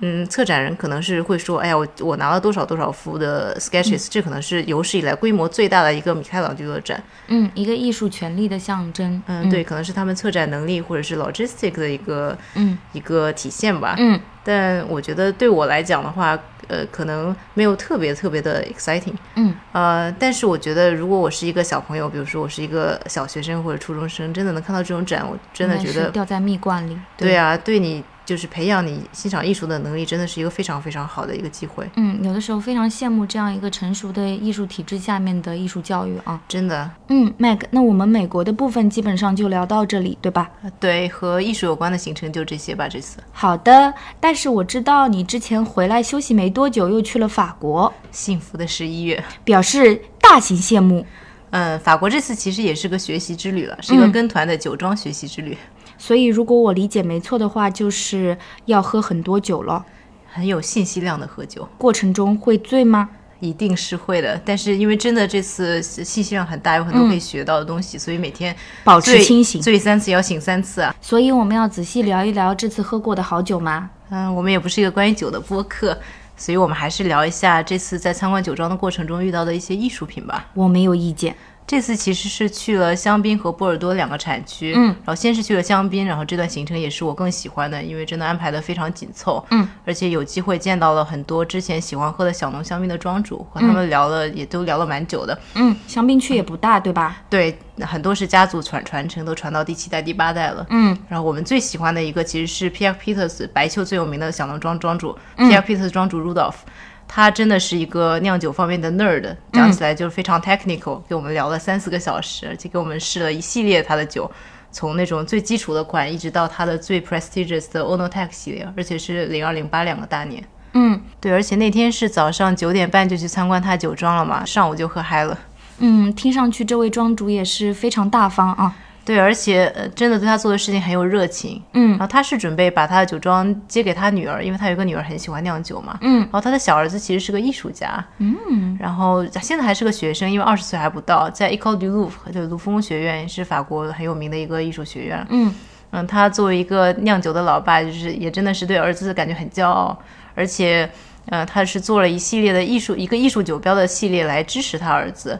B: 嗯，策展人可能是会说，哎呀，我我拿了多少多少幅的
A: 嗯
B: sketches，、这可能是有史以来规模最大的一个米开朗基罗展。
A: 嗯，一个艺术权利的象征。
B: 嗯，对，可能是他们策展能力或者是 logistic 的一个
A: 嗯
B: 一个体现吧。
A: 嗯
B: 但我觉得对我来讲的话，呃，可能没有特别特别的 exciting。
A: 嗯，
B: 呃，但是我觉得如果我是一个小朋友，比如说我是一个小学生或者初中生，真的能看到这种展，我真的
A: 应该
B: 觉
A: 是
B: 得，
A: 掉在蜜罐里。
B: 对啊，对你就是培养你欣赏艺术的能力，真的是一个非常非常好的一个机会。
A: 嗯，有的时候非常羡慕这样一个成熟的艺术体制下面的艺术教育啊。
B: 真的，
A: 嗯，Mac，那我们美国的部分基本上就聊到这里，对吧？
B: 呃对，和艺术有关的行程就这些吧，这次。
A: 好的，但是我知道你之前回来休息没多久，又去了法国，
B: 幸福的十一月。
A: 表示大型羡慕。
B: 嗯，法国这次其实也是个学习之旅了，是一个
A: 嗯
B: 跟团的酒庄学习之旅，
A: 所以，如果我理解没错的话，就是要喝很多酒了。
B: 很有信息量的喝酒。
A: 过程中会醉吗？
B: 一定是会的，但是因为真的这次信息量很大，有很多可以学到的东西，所以每天
A: 保持
B: 醉
A: 清醒
B: 醉三次也要醒三次啊。
A: 所以我们要仔细聊一聊这次喝过的好酒吗？
B: 嗯，我们也不是一个关于酒的播客，所以我们还是聊一下这次在参观酒庄的过程中遇到的一些艺术品吧。
A: 我没有意见。
B: 这次其实是去了香槟和波尔多两个产区，
A: 嗯
B: 然后先是去了香槟，然后这段行程也是我更喜欢的，因为真的安排的非常紧凑，
A: 嗯，
B: 而且有机会见到了很多之前喜欢喝的小农香槟的庄主，和他们聊了、也都聊了蛮久的，
A: 嗯，香槟区也不大，对吧？
B: 对，很多是家族传传承，都传到第七代、第八代了。
A: 嗯，
B: 然后我们最喜欢的一个其实是 P.F. Peters 白丘最有名的小农庄庄主、P.F. Peters 庄主 Rudolph，他真的是一个酿酒方面的 nerd，讲起来就是非常 technical，、给我们聊了三四个小时，而且给我们试了一系列他的酒。从那种最基础的款，一直到他的最 prestigious 的 Onotec 系列，而且是零二零八两个大年。
A: 嗯
B: 对，而且那天是早上九点半就去参观他酒庄了嘛，上午就喝嗨了。
A: 嗯，听上去这位庄主也是非常大方啊。
B: 对，而且呃，真的对他做的事情很有热情。
A: 嗯
B: 然后他是准备把他的酒庄接给他女儿，因为他有个女儿很喜欢酿酒嘛。
A: 嗯
B: 然后他的小儿子其实是个艺术家，嗯，然后现在还是个学生，因为二十岁还不到，在 École du Louvre，就是卢浮宫学院，是法国很有名的一个艺术学院。
A: 嗯
B: 嗯，他作为一个酿酒的老爸，就是也真的是对儿子感觉很骄傲，而且，呃，他是做了一系列的艺术一个艺术酒标的系列来支持他儿子。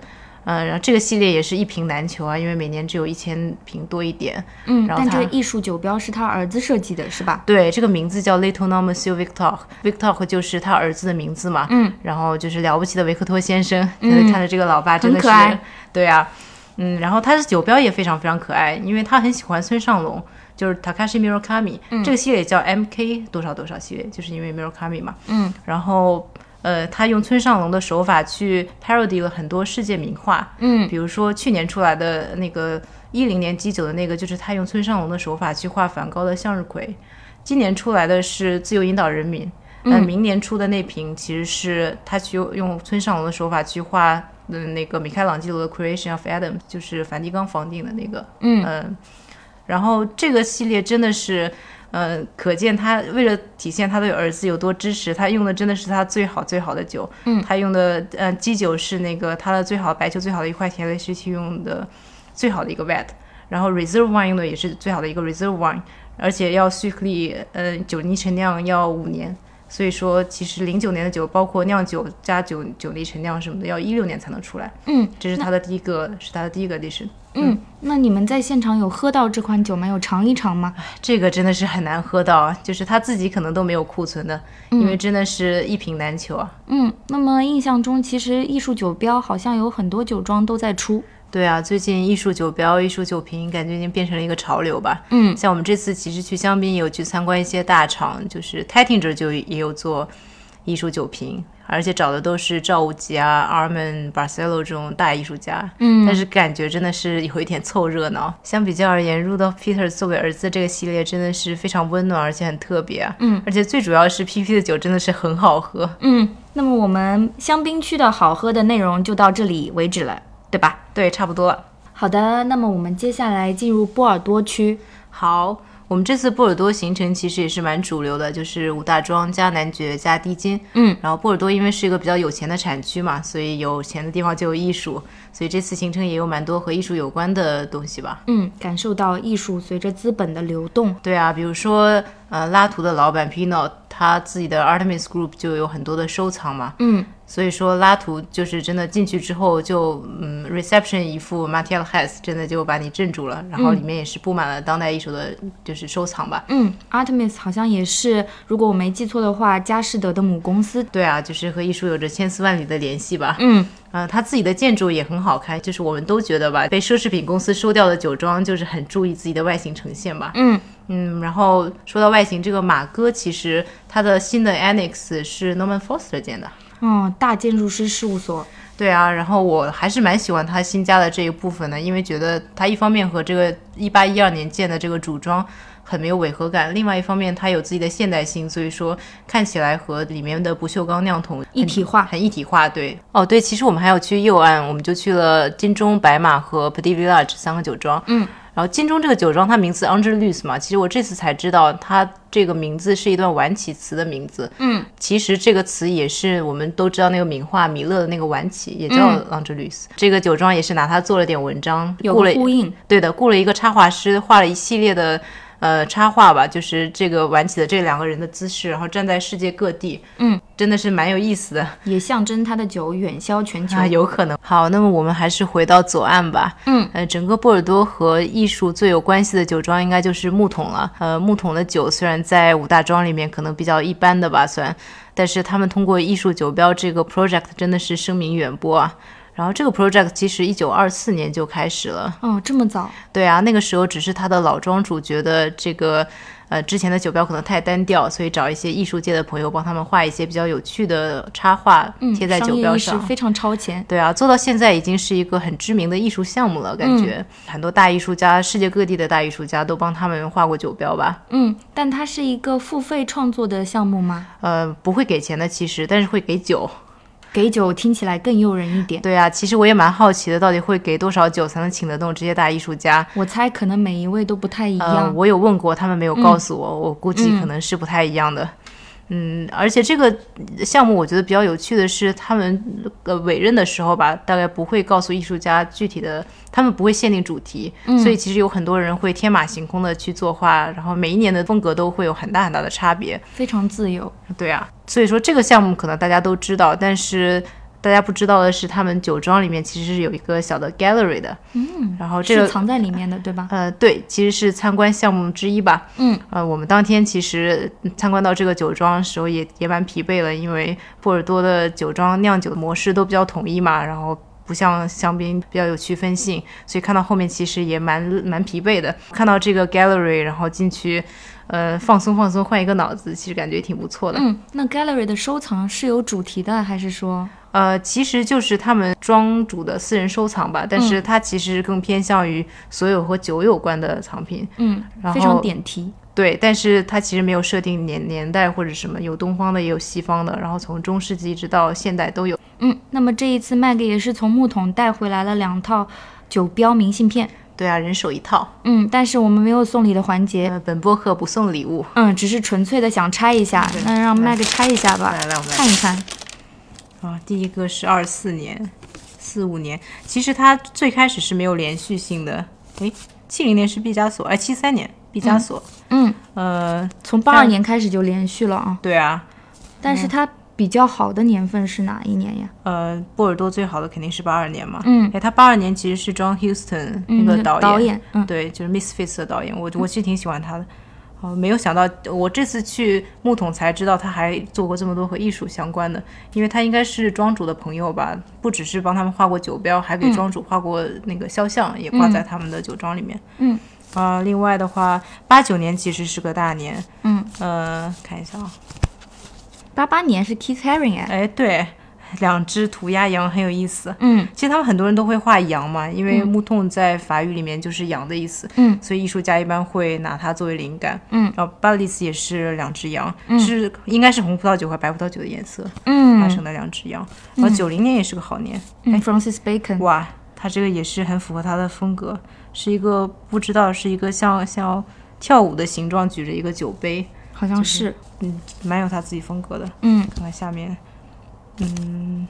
B: 嗯，然后这个系列也是一瓶难求啊，因为每年只有一千瓶多一点。
A: 嗯，
B: 然后
A: 但这
B: 他
A: 个艺术酒标是他儿子设计的，是吧？
B: 对，这个名字叫 Little No Monsieur Victor，Victor 就是他儿子的名字嘛。
A: 嗯，
B: 然后就是了不起的维克托先生，就是看着这个老爸真的是
A: 很可爱，
B: 对啊，嗯，然后他的酒标也非常非常可爱，因为他很喜欢村上龙，就是 Takashi Murakami、这
A: 嗯
B: 个系列叫 MK 多少多少系列，就是因为 Murakami 嘛。
A: 嗯，
B: 然后。呃，他用村上龙的手法去 parody 了很多世界名画，
A: 嗯
B: 比如说去年出来的那个一零年基酒的那个，就是他用村上龙的手法去画梵高的向日葵。今年出来的是《自由引导人民》，那、明年出的那瓶其实是他去用村上龙的手法去画，嗯，那个米开朗基罗的《Creation of Adam》，就是梵蒂冈房顶的那个，
A: 嗯
B: 然后这个系列真的是。呃，可见他为了体现他对儿子有多支持，他用的真的是他最好最好的酒。嗯，他用的呃基酒是那个他的最好白球最好的一块田雷西去用的最好的一个 vet，然后 reserve wine 用的也是最好的一个 reserve wine，而且要 s 克力呃酒泥陈酿要五年，所以说其实零九年的酒包括酿酒加酒酒泥陈酿什么的，要一六年才能出来。
A: 嗯
B: 这是他的第一个，是他的第一个 edition。
A: 嗯，那你们在现场有喝到这款酒吗？有尝一尝吗？
B: 这个真的是很难喝到啊，就是他自己可能都没有库存的，因为真的是一瓶难求啊。
A: 嗯，那么印象中其实艺术酒标好像有很多酒庄都在出。
B: 对啊，最近艺术酒标、艺术酒瓶，感觉已经变成了一个潮流吧。
A: 嗯，
B: 像我们这次其实去江滨也有去参观一些大厂，就是 Tattinger 就也有做艺术酒瓶，而且找的都是赵无极啊、Arman、Barcelo 这种大艺术家。
A: 嗯
B: 但是感觉真的是有一点凑热闹。相比较而言，Rudolf Peter 作为儿子这个系列真的是非常温暖，而且很特别啊。
A: 嗯，
B: 而且最主要是 PP 的酒真的是很好喝。
A: 嗯，那么我们香槟区的好喝的内容就到这里为止了，对吧？
B: 对，差不多了。
A: 好的，那么我们接下来进入波尔多区。
B: 好，我们这次波尔多行程其实也是蛮主流的，就是五大庄加男爵加低金。
A: 嗯，
B: 然后波尔多因为是一个比较有钱的产区嘛，所以有钱的地方就有艺术，所以这次行程也有蛮多和艺术有关的东西吧。
A: 嗯，感受到艺术随着资本的流动。
B: 对啊，比如说，呃，拉图的老板 Pino 他自己的 Artemis Group 就有很多的收藏嘛，
A: 嗯
B: 所以说拉图就是真的进去之后就，嗯，reception 一副 m a t i a l h e s 真的就把你镇住了，然后里面也是布满了当代艺术的，就是收藏吧。
A: 嗯，Artemis 好像也是，如果我没记错的话，佳士得的母公司。
B: 对啊，就是和艺术有着千丝万缕的联系吧。
A: 嗯
B: 呃，他自己的建筑也很好看，就是我们都觉得吧，被奢侈品公司收掉的酒庄就是很注意自己的外形呈现吧。
A: 嗯
B: 嗯，然后说到外形，这个马哥其实他的新的 annex 是 Norman Foster 建的。
A: 嗯，大建筑师事务所。
B: 对啊，然后我还是蛮喜欢他新加的这一部分的，因为觉得他一方面和这个一八一二年建的这个主庄很没有违和感，另外一方面他有自己的现代性，所以说看起来和里面的不锈钢酿桶
A: 一体化
B: 很一体化。对，哦对，其实我们还有去右岸，我们就去了金钟、白马和 Petit Village 三个酒庄。
A: 嗯。
B: 然后金钟这个酒庄，它名字 a n g e l u s 嘛，其实我这次才知道，它这个名字是一段晚起词的名字。
A: 嗯，
B: 其实这个词也是我们都知道那个名画米勒的那个晚起，也叫
A: 嗯
B: a n g e l u s 这个酒庄也是拿它做了点文章，
A: 有
B: 雇
A: 个
B: 了
A: 呼应。
B: 对的，雇了一个插画师，画了一系列的呃插画吧，就是这个晚起的这两个人的姿势，然后站在世界各地，
A: 嗯，
B: 真的是蛮有意思的
A: 也象征它的酒远销全球。
B: 啊，有可能。好，那么我们还是回到左岸吧。
A: 嗯，
B: 呃，整个波尔多和艺术最有关系的酒庄应该就是木桶了。呃，木桶的酒虽然在五大庄里面可能比较一般的吧，算，但是他们通过艺术酒标这个 project 真的是声名远播啊。然后这个 project 其实一九二四年就开始了，
A: 哦，这么早。
B: 对啊，那个时候只是他的老庄主觉得这个，呃，之前的酒标可能太单调，所以找一些艺术界的朋友帮他们画一些比较有趣的插画，
A: 嗯，
B: 贴在
A: 商
B: 酒
A: 业
B: 标
A: 意识
B: 上。
A: 非常超前。
B: 对啊，做到现在已经是一个很知名的艺术项目了，感觉、很多大艺术家，世界各地的大艺术家都帮他们画过酒标吧。
A: 嗯，但它是一个付费创作的项目吗？
B: 呃，不会给钱的，其实，但是会给酒。
A: 给酒听起来更诱人一点。
B: 对啊，其实我也蛮好奇的，到底会给多少酒才能请得动这些大艺术家？
A: 我猜可能每一位都不太一
B: 呃，
A: 样。嗯
B: 我有问过，他们没有告诉我，我估计可能是不太一样的。嗯，而且这个项目我觉得比较有趣的是，他们呃委任的时候吧，大概不会告诉艺术家具体的，他们不会限定主题，
A: 嗯
B: 所以其实有很多人会天马行空的去作画，然后每一年的风格都会有很大很大的差别。
A: 非常自由。
B: 对啊，所以说这个项目可能大家都知道，但是大家不知道的是，他们酒庄里面其实是有一个小的 gallery 的，嗯，然后这个
A: 是藏在里面的，对吧？
B: 呃，对，其实是参观项目之一吧。
A: 嗯，
B: 呃，我们当天其实参观到这个酒庄的时候也也蛮疲惫了，因为波尔多的酒庄酿酒模式都比较统一嘛，然后不像香槟比较有区分性，所以看到后面其实也蛮蛮疲惫的。看到这个 gallery，然后进去，呃，放松放松，换一个脑子，其实感觉挺不错的。
A: 嗯，那 gallery 的收藏是有主题的，还是说，
B: 呃，其实就是他们庄主的私人收藏吧，但
A: 嗯
B: 是它其实更偏向于所有和酒有关的藏品。
A: 嗯，
B: 然后
A: 非常点题。
B: 对，但是它其实没有设定年年代或者什么，有东方的也有西方的，然后从中世纪一直到现代都有。
A: 嗯，那么这一次 Mag 也是从木桶带回来了两套酒标明信片。
B: 对啊，人手一套。
A: 嗯，但是我们没有送礼的环节，
B: 呃，本播客不送礼物。
A: 嗯，只是纯粹的想拆一下。那让 Mag 拆一下吧
B: 来，来，我们来
A: 看一看。
B: 啊，第一个是二四年，四五年，其实它最开始是没有连续性的。诶，七零年是毕加索，哎，七三年毕加索。
A: 嗯，
B: 呃，
A: 从八二年开始就连续了啊。
B: 对啊，
A: 但是它比较好的年份是哪一年呀？
B: 呃，波尔多最好的肯定是八二年嘛。
A: 嗯
B: 哎，他八二年其实是 John Huston 那个
A: 嗯，导
B: 演，
A: 演，嗯
B: 对，就是 Misfits 的导演，我我其实挺喜欢他的。我没有想到，我这次去木桶才知道他还做过这么多和艺术相关的，因为他应该是庄主的朋友吧，不只是帮他们画过酒标，
A: 嗯
B: 还给庄主画过那个肖像，也挂在他们的酒庄里面。
A: 嗯，
B: 啊、另外的话，八九年其实是个大年，
A: 嗯，
B: 呃，看一下啊，
A: 八八年是 Keith Haring 哎，
B: 哎，对，两只涂鸦羊很有意思。
A: 嗯
B: 其实他们很多人都会画羊嘛，因为木桶在法语里面就是羊的意思，
A: 嗯，
B: 所以艺术家一般会拿它作为灵感，
A: 嗯，
B: 然后巴利斯也是两只羊，是应该是红葡萄酒和白葡萄酒的颜色
A: 嗯
B: 发生的两只羊，然后九零年也是个好年，
A: 嗯，Francis Bacon，
B: 哇，他这个也是很符合他的风格，是一个不知道是一个像像跳舞的形状举着一个酒杯，
A: 好像是，
B: 嗯，蛮有他自己风格的，
A: 嗯
B: 看看下面，嗯，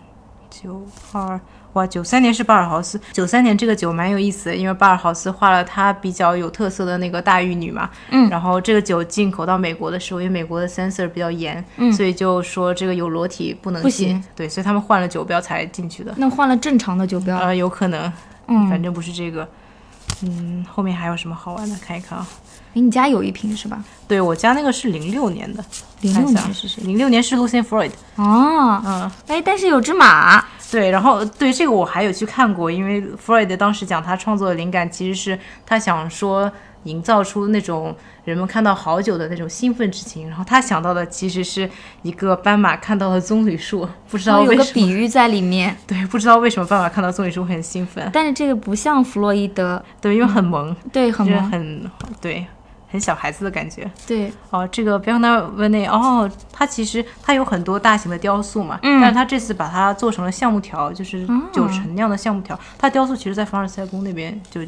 B: 九二哇，九三年是巴尔豪斯，九三年这个酒蛮有意思的，因为巴尔豪斯画了他比较有特色的那个大玉女嘛，
A: 嗯
B: 然后这个酒进口到美国的时候，因为美国的 censor 比较严，
A: 嗯
B: 所以就说这个有裸体不能
A: 不
B: 进，
A: 行
B: 对，所以他们换了酒标才进去的，
A: 那换了正常的酒标，
B: 呃，有可能，
A: 嗯，
B: 反正不是这个，嗯，后面还有什么好玩的？看一看啊，
A: 哎，你家有一瓶是吧？
B: 对我家那个是零六年的，
A: 零
B: 看
A: 六
B: 一下啊
A: 年是谁？
B: 零六年是 Lucian Freud，
A: 哦，
B: 嗯。
A: 哎，但是有只马，
B: 对，然后对这个我还有去看过，因为 Freud 当时讲他创作的灵感其实是他想说营造出那种人们看到好酒的那种兴奋之情，然后他想到的其实是一个斑马看到了棕榈树，不知
A: 然
B: 道
A: 后哦有
B: 为
A: 个
B: 什么，
A: 比喻在里面，
B: 对，不知道为什么斑马看到棕榈树会很兴奋，
A: 但是这个不像弗洛伊德，
B: 对，因为很萌，
A: 对，很
B: 就是
A: 萌，
B: 很对，很小孩子的感觉。
A: 对，
B: 哦，这个 b e r n a v e n e 哦，它其实它有很多大型的雕塑嘛，
A: 嗯
B: 但是它这次把它做成了橡木条，就是九成酿的橡木条。它雕塑其实，在凡尔赛宫那边就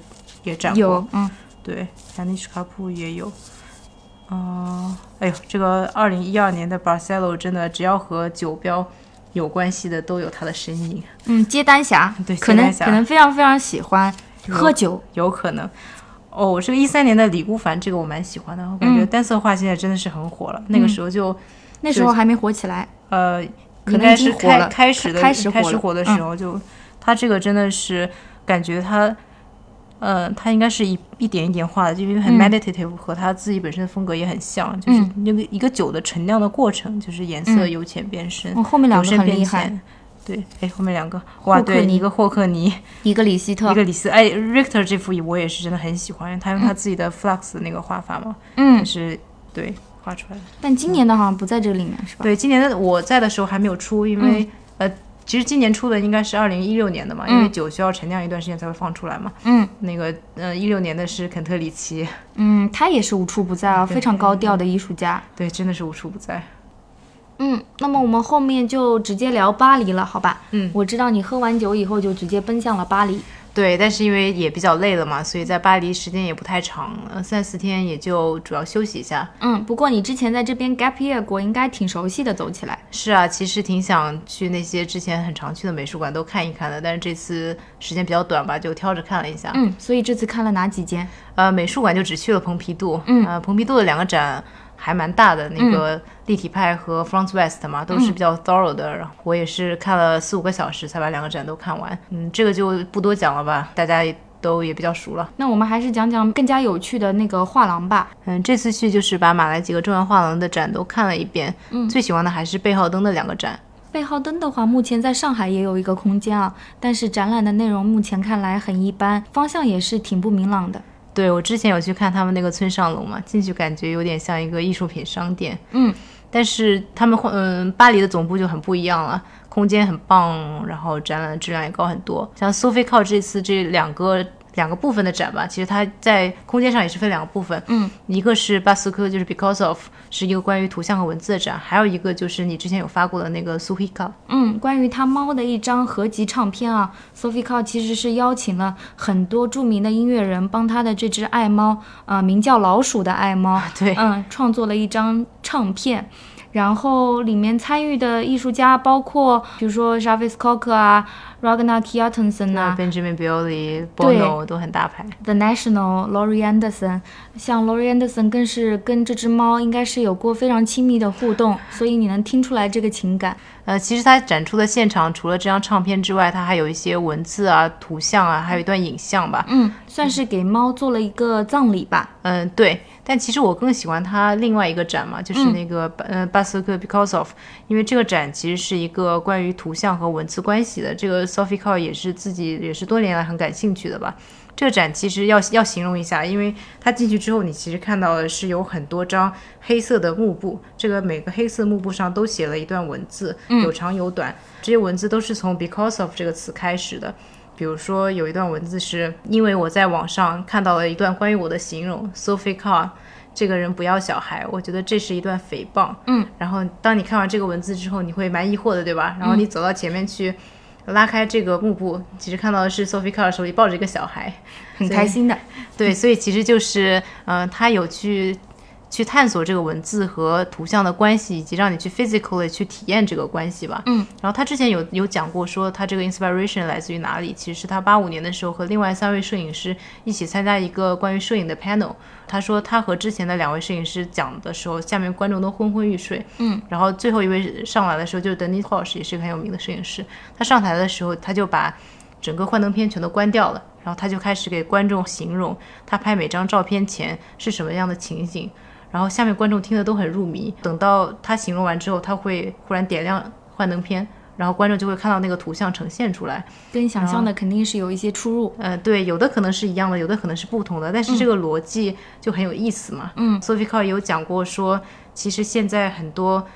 B: 也展过，
A: 有，嗯，
B: 对，亚尼什卡普也有。嗯、哎呦，这个二零一二年的 Barcelo 真的，只要和酒标有关系的都有它的身影，
A: 嗯，接单侠，
B: 对
A: 可
B: 接
A: 能
B: 单侠
A: 可能非常非常喜欢喝酒，
B: 有可能。哦，这个一三年的李孤帆，这个我蛮喜欢的，我感觉
A: 嗯
B: 单色画现在真的是很火了。那个时候就
A: 那时候还没火起来，
B: 呃，
A: 可
B: 应
A: 能
B: 该
A: 已经
B: 是
A: 火
B: 开
A: 了
B: 开始的
A: 开始
B: 开
A: 火
B: 始
A: 了
B: 火的
A: 嗯
B: 时候就，他这个真的是感觉他，呃，他应该是一一点一点画的，就因为
A: 嗯
B: 很 meditative，、和他自己本身的风格也很像，就是那个一个酒的陈酿的过程，就是颜色由浅变深，
A: 嗯哦，后面两
B: 由
A: 个
B: 深
A: 很
B: 变
A: 厉害，
B: 浅。对，哎，后面两个哇，
A: 霍克
B: 对，
A: 尼啊
B: 一个霍克尼，
A: 一个里希特
B: 一，个李斯，哎，Richter 这幅我也是真的很喜欢，他用他自己的 flux 的那个画法嘛，
A: 嗯
B: 也，是对画出来的。
A: 但今年的好像不在这个里面是吧？
B: 对，今年的我在的时候还没有出，因为、呃，其实今年出的应该是二零一六年的嘛，因为
A: 嗯
B: 酒需要陈酿一段时间才会放出来嘛。
A: 嗯
B: 那个呃，一六年的是肯特里奇， [laughs]
A: 嗯，他也是无处不在啊，非常高调的艺术家。
B: 对，真的是无处不在。
A: 嗯，那么我们后面就直接聊巴黎了，好吧？
B: 嗯
A: 我知道你喝完酒以后就直接奔向了巴黎。
B: 对，但是因为也比较累了嘛，所以在巴黎时间也不太长，呃，三四天也就主要休息一下。
A: 嗯，不过你之前在这边 gap year 过，应该挺熟悉的，走起来。
B: 是啊，其实挺想去那些之前很常去的美术馆都看一看的，但是这次时间比较短吧，就挑着看了一下。
A: 嗯，所以这次看了哪几间？
B: 呃，美术馆就只去了蓬皮杜，嗯，呃，蓬皮杜的两个展还蛮大的，那个立体派和 Front West 嘛，都是比较 thorough 的。然后我也是看了四五个小时才把两个展都看完，嗯，这个就不多讲了吧，大家也都也比较熟了。
A: 那我们还是讲讲更加有趣的那个画廊吧。
B: 嗯，这次去就是把马来几个重要画廊的展都看了一遍，嗯，最喜欢的还是贝浩登的两个展。
A: 贝浩登的话，目前在上海也有一个空间啊，但是展览的内容目前看来很一般，方向也是挺不明朗的。
B: 对我之前有去看他们那个村上隆嘛，进去感觉有点像一个艺术品商店，
A: 嗯，
B: 但是他们会嗯，巴黎的总部就很不一样了，空间很棒，然后展览质量也高很多。像 Sophie c o 这次这两个两个部分的展吧，其实它在空间上也是分两个部分，
A: 嗯，
B: 一个是巴斯克，就是 Because of，是一个关于图像和文字的展，还有一个就是你之前有发过的那个 Sophie c o
A: 嗯，关于他猫的一张合集唱片啊，Sophie c o 其实是邀请了很多著名的音乐人帮他的这只爱猫，呃，名叫老鼠的爱猫，
B: [laughs] 对，
A: 嗯，创作了一张唱片。然后里面参与的艺术家包括，比如说 Jarvis Cocker 啊， Ragnar Kjartansson 啊、
B: Benjamin Biolay、Bono 都很大牌。
A: The National、Laurie Anderson，像 Laurie Anderson 更是跟这只猫应该是有过非常亲密的互动，所以你能听出来这个情感。
B: 呃，其实他展出的现场除了这张唱片之外，它还有一些文字啊、图像啊，还有一段影像吧。
A: 嗯，算是给猫做了一个葬礼吧。
B: 嗯，对。但其实我更喜欢它另外一个展嘛，就是那个、嗯、呃巴斯克 because of，因为这个展其实是一个关于图像和文字关系的。这个 Sophie Call 也是自己也是多年来很感兴趣的吧。这个展其实要要形容一下，因为它进去之后，你其实看到的是有很多张黑色的幕布，这个每个黑色幕布上都写了一段文字，
A: 嗯
B: 有长有短，这些文字都是从 because of 这个词开始的。比如说有一段文字是因为我在网上看到了一段关于我的形容，Sophie Carr 这个人不要小孩，我觉得这是一段诽谤。
A: 嗯，
B: 然后当你看完这个文字之后，你会蛮疑惑的，对吧？然后你走到前面去。拉开这个幕布，其实看到的是 Sophie Carr 手里抱着一个小孩，
A: 很开心的。
B: 对，所以其实就是，嗯、他有去去探索这个文字和图像的关系，以及让你去 physically 去体验这个关系吧。
A: 嗯，
B: 然后他之前有有讲过，说他这个 inspiration 来自于哪里？其实是他八五年的时候和另外三位摄影师一起参加一个关于摄影的 panel。他说他和之前的两位摄影师讲的时候，下面观众都昏昏欲睡。
A: 嗯，
B: 然后最后一位上来的时候就是 Denis h o s h 也是个很有名的摄影师。他上台的时候，他就把整个幻灯片全都关掉了，然后他就开始给观众形容他拍每张照片前是什么样的情景，然后下面观众听得都很入迷。等到他形容完之后，他会忽然点亮幻灯片，然后观众就会看到那个图像呈现出来。
A: 跟想象的肯定是有一些出入。
B: 呃，对，有的可能是一样的，有的可能是不同的，但是这个逻辑就很有意思嘛。
A: 嗯
B: ，Sophie Carr 有讲过说，其实现在很多，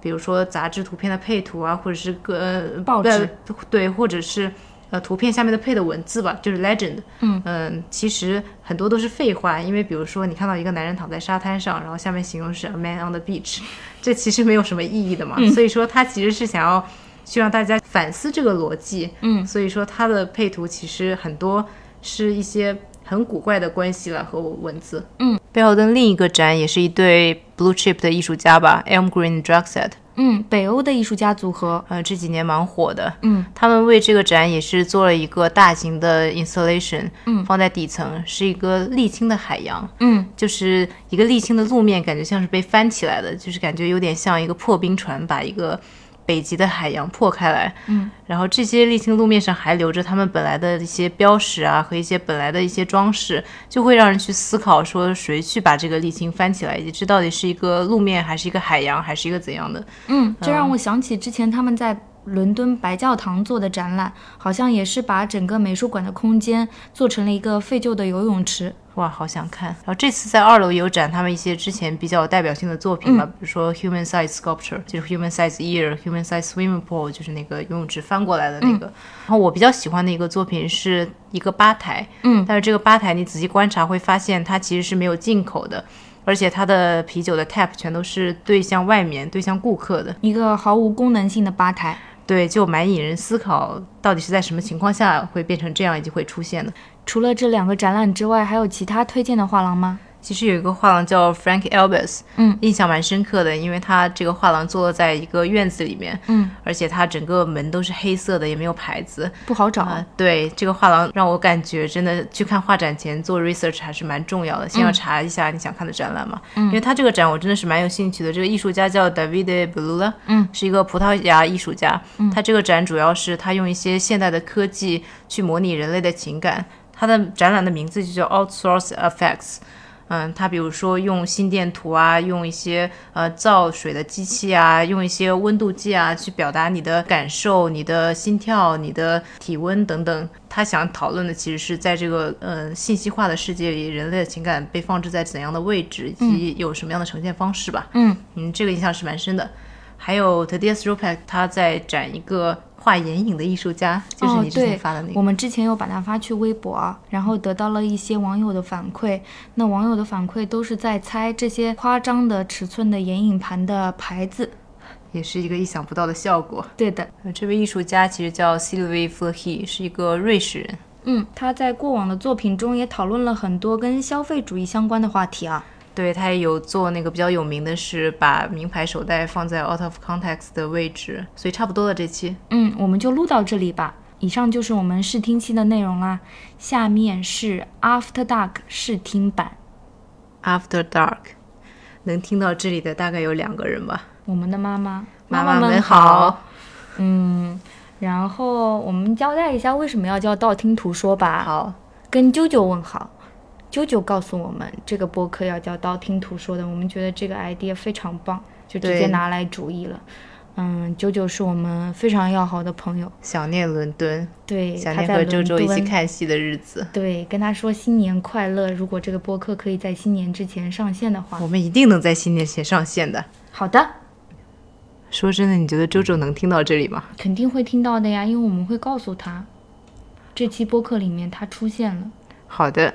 B: 比如说杂志图片的配图啊，或者是个、呃、
A: 报纸
B: 呃对，或者是呃图片下面的配的文字吧，就是 legend。
A: 嗯
B: 其实很多都是废话，因为比如说你看到一个男人躺在沙滩上，然后下面形容是 a man on the beach，这其实没有什么意义的嘛。
A: 嗯
B: 所以说他其实是想要去让大家反思这个逻辑。
A: 嗯
B: 所以说它的配图其实很多是一些很古怪的关系了和文字。
A: 嗯，
B: 贝奥登另一个展也是一对 blue chip 的艺术家吧，Elm Green Drugset，
A: 嗯，北欧的艺术家组合。
B: 呃，这几年蛮火的。
A: 嗯，
B: 他们为这个展也是做了一个大型的 installation，
A: 嗯
B: 放在底层是一个沥青的海洋，
A: 嗯
B: 就是一个沥青的路面，感觉像是被翻起来的，就是感觉有点像一个破冰船把一个北极的海洋破开来。
A: 嗯，
B: 然后这些沥青路面上还留着他们本来的一些标识啊和一些本来的一些装饰，就会让人去思考说谁去把这个沥青翻起来，以及这到底是一个路面还是一个海洋还是一个怎样的。
A: 嗯，这让我想起之前他们在伦敦白教堂做的展览，好像也是把整个美术馆的空间做成了一个废旧的游泳池。
B: 哇，好想看！然后这次在二楼有展他们一些之前比较有代表性的作品吧，比如说 Human Size Sculpture，就是 Human Size Ear、Human Size Swimming Pool，就是那个游泳池翻过来的那个。然后我比较喜欢的一个作品是一个吧台，
A: 嗯
B: 但是这个吧台你仔细观察会发现它其实是没有进口的，而且它的啤酒的 tap 全都是对向外面、对向顾客的。
A: 一个毫无功能性的吧台。
B: 对，就蛮引人思考，到底是在什么情况下会变成这样以及会出现的。
A: 除了这两个展览之外，还有其他推荐的画廊吗？
B: 其实有一个画廊叫 Frank Elbus，
A: 嗯，
B: 印象蛮深刻的，因为它这个画廊坐落在一个院子里面，
A: 嗯，
B: 而且它整个门都是黑色的，也没有牌子。
A: 不好找。
B: 啊、对，这个画廊让我感觉真的去看画展前做 research 还是蛮重要的，先要查一下你想看的展览嘛。嗯、因为它这个展我真的是蛮有兴趣的，这个艺术家叫 David Belula，
A: 嗯，
B: 是一个葡萄牙艺术家。嗯，他这个展主要是他用一些现代的科技去模拟人类的情感。他的展览的名字就叫 Outsource Effects。嗯，他比如说用心电图啊，用一些呃造水的机器啊，用一些温度计啊，去表达你的感受、你的心跳、你的体温等等。他想讨论的其实是在这个呃信息化的世界里，人类的情感被放置在怎样的位置，以及有什么样的呈现方式吧。
A: 嗯
B: 嗯，这个印象是蛮深的。还有 Tadias Rupak，他在展一个画眼影的艺术家，就是
A: 哦
B: 你之前
A: 对
B: 发的那个。
A: 我们之前有把它发去微博啊，然后得到了一些网友的反馈。那网友的反馈都是在猜这些夸张的尺寸的眼影盘的牌子。
B: 也是一个意想不到的效果。
A: 对的，
B: 呃，这位艺术家其实叫 Sylvie Flehe，是一个瑞士人。
A: 嗯，他在过往的作品中也讨论了很多跟消费主义相关的话题啊。
B: 对他也有做那个比较有名的是把名牌手袋放在 out of context 的位置，所以差不多了这期。
A: 嗯，我们就录到这里吧。以上就是我们试听期的内容啦，下面是 After Dark 试听版。
B: After Dark，能听到这里的大概有两个人吧。
A: 我们的妈妈，
B: 妈
A: 妈
B: 们
A: 们好。嗯，然后我们交代一下为什么要叫道听途说吧。
B: 好，
A: 跟啾啾问好，啾啾告诉我们这个播客要叫道听途说的，我们觉得这个 idea 非常棒，就直接
B: 对
A: 拿来主意了。嗯，啾啾是我们非常要好的朋友，
B: 想念伦敦，
A: 对，
B: 想
A: 他
B: 念
A: 在
B: 和
A: 伦
B: 周
A: 敦。
B: 周一起看戏的日子。
A: 对，跟他说新年快乐。如果这个播客可以在新年之前上线的话，
B: 我们一定能在新年前上线的。
A: 好的，
B: 说真的，你觉得周周能听到这里吗？
A: 肯定会听到的呀，因为我们会告诉他，这期播客里面他出现了。
B: 好的，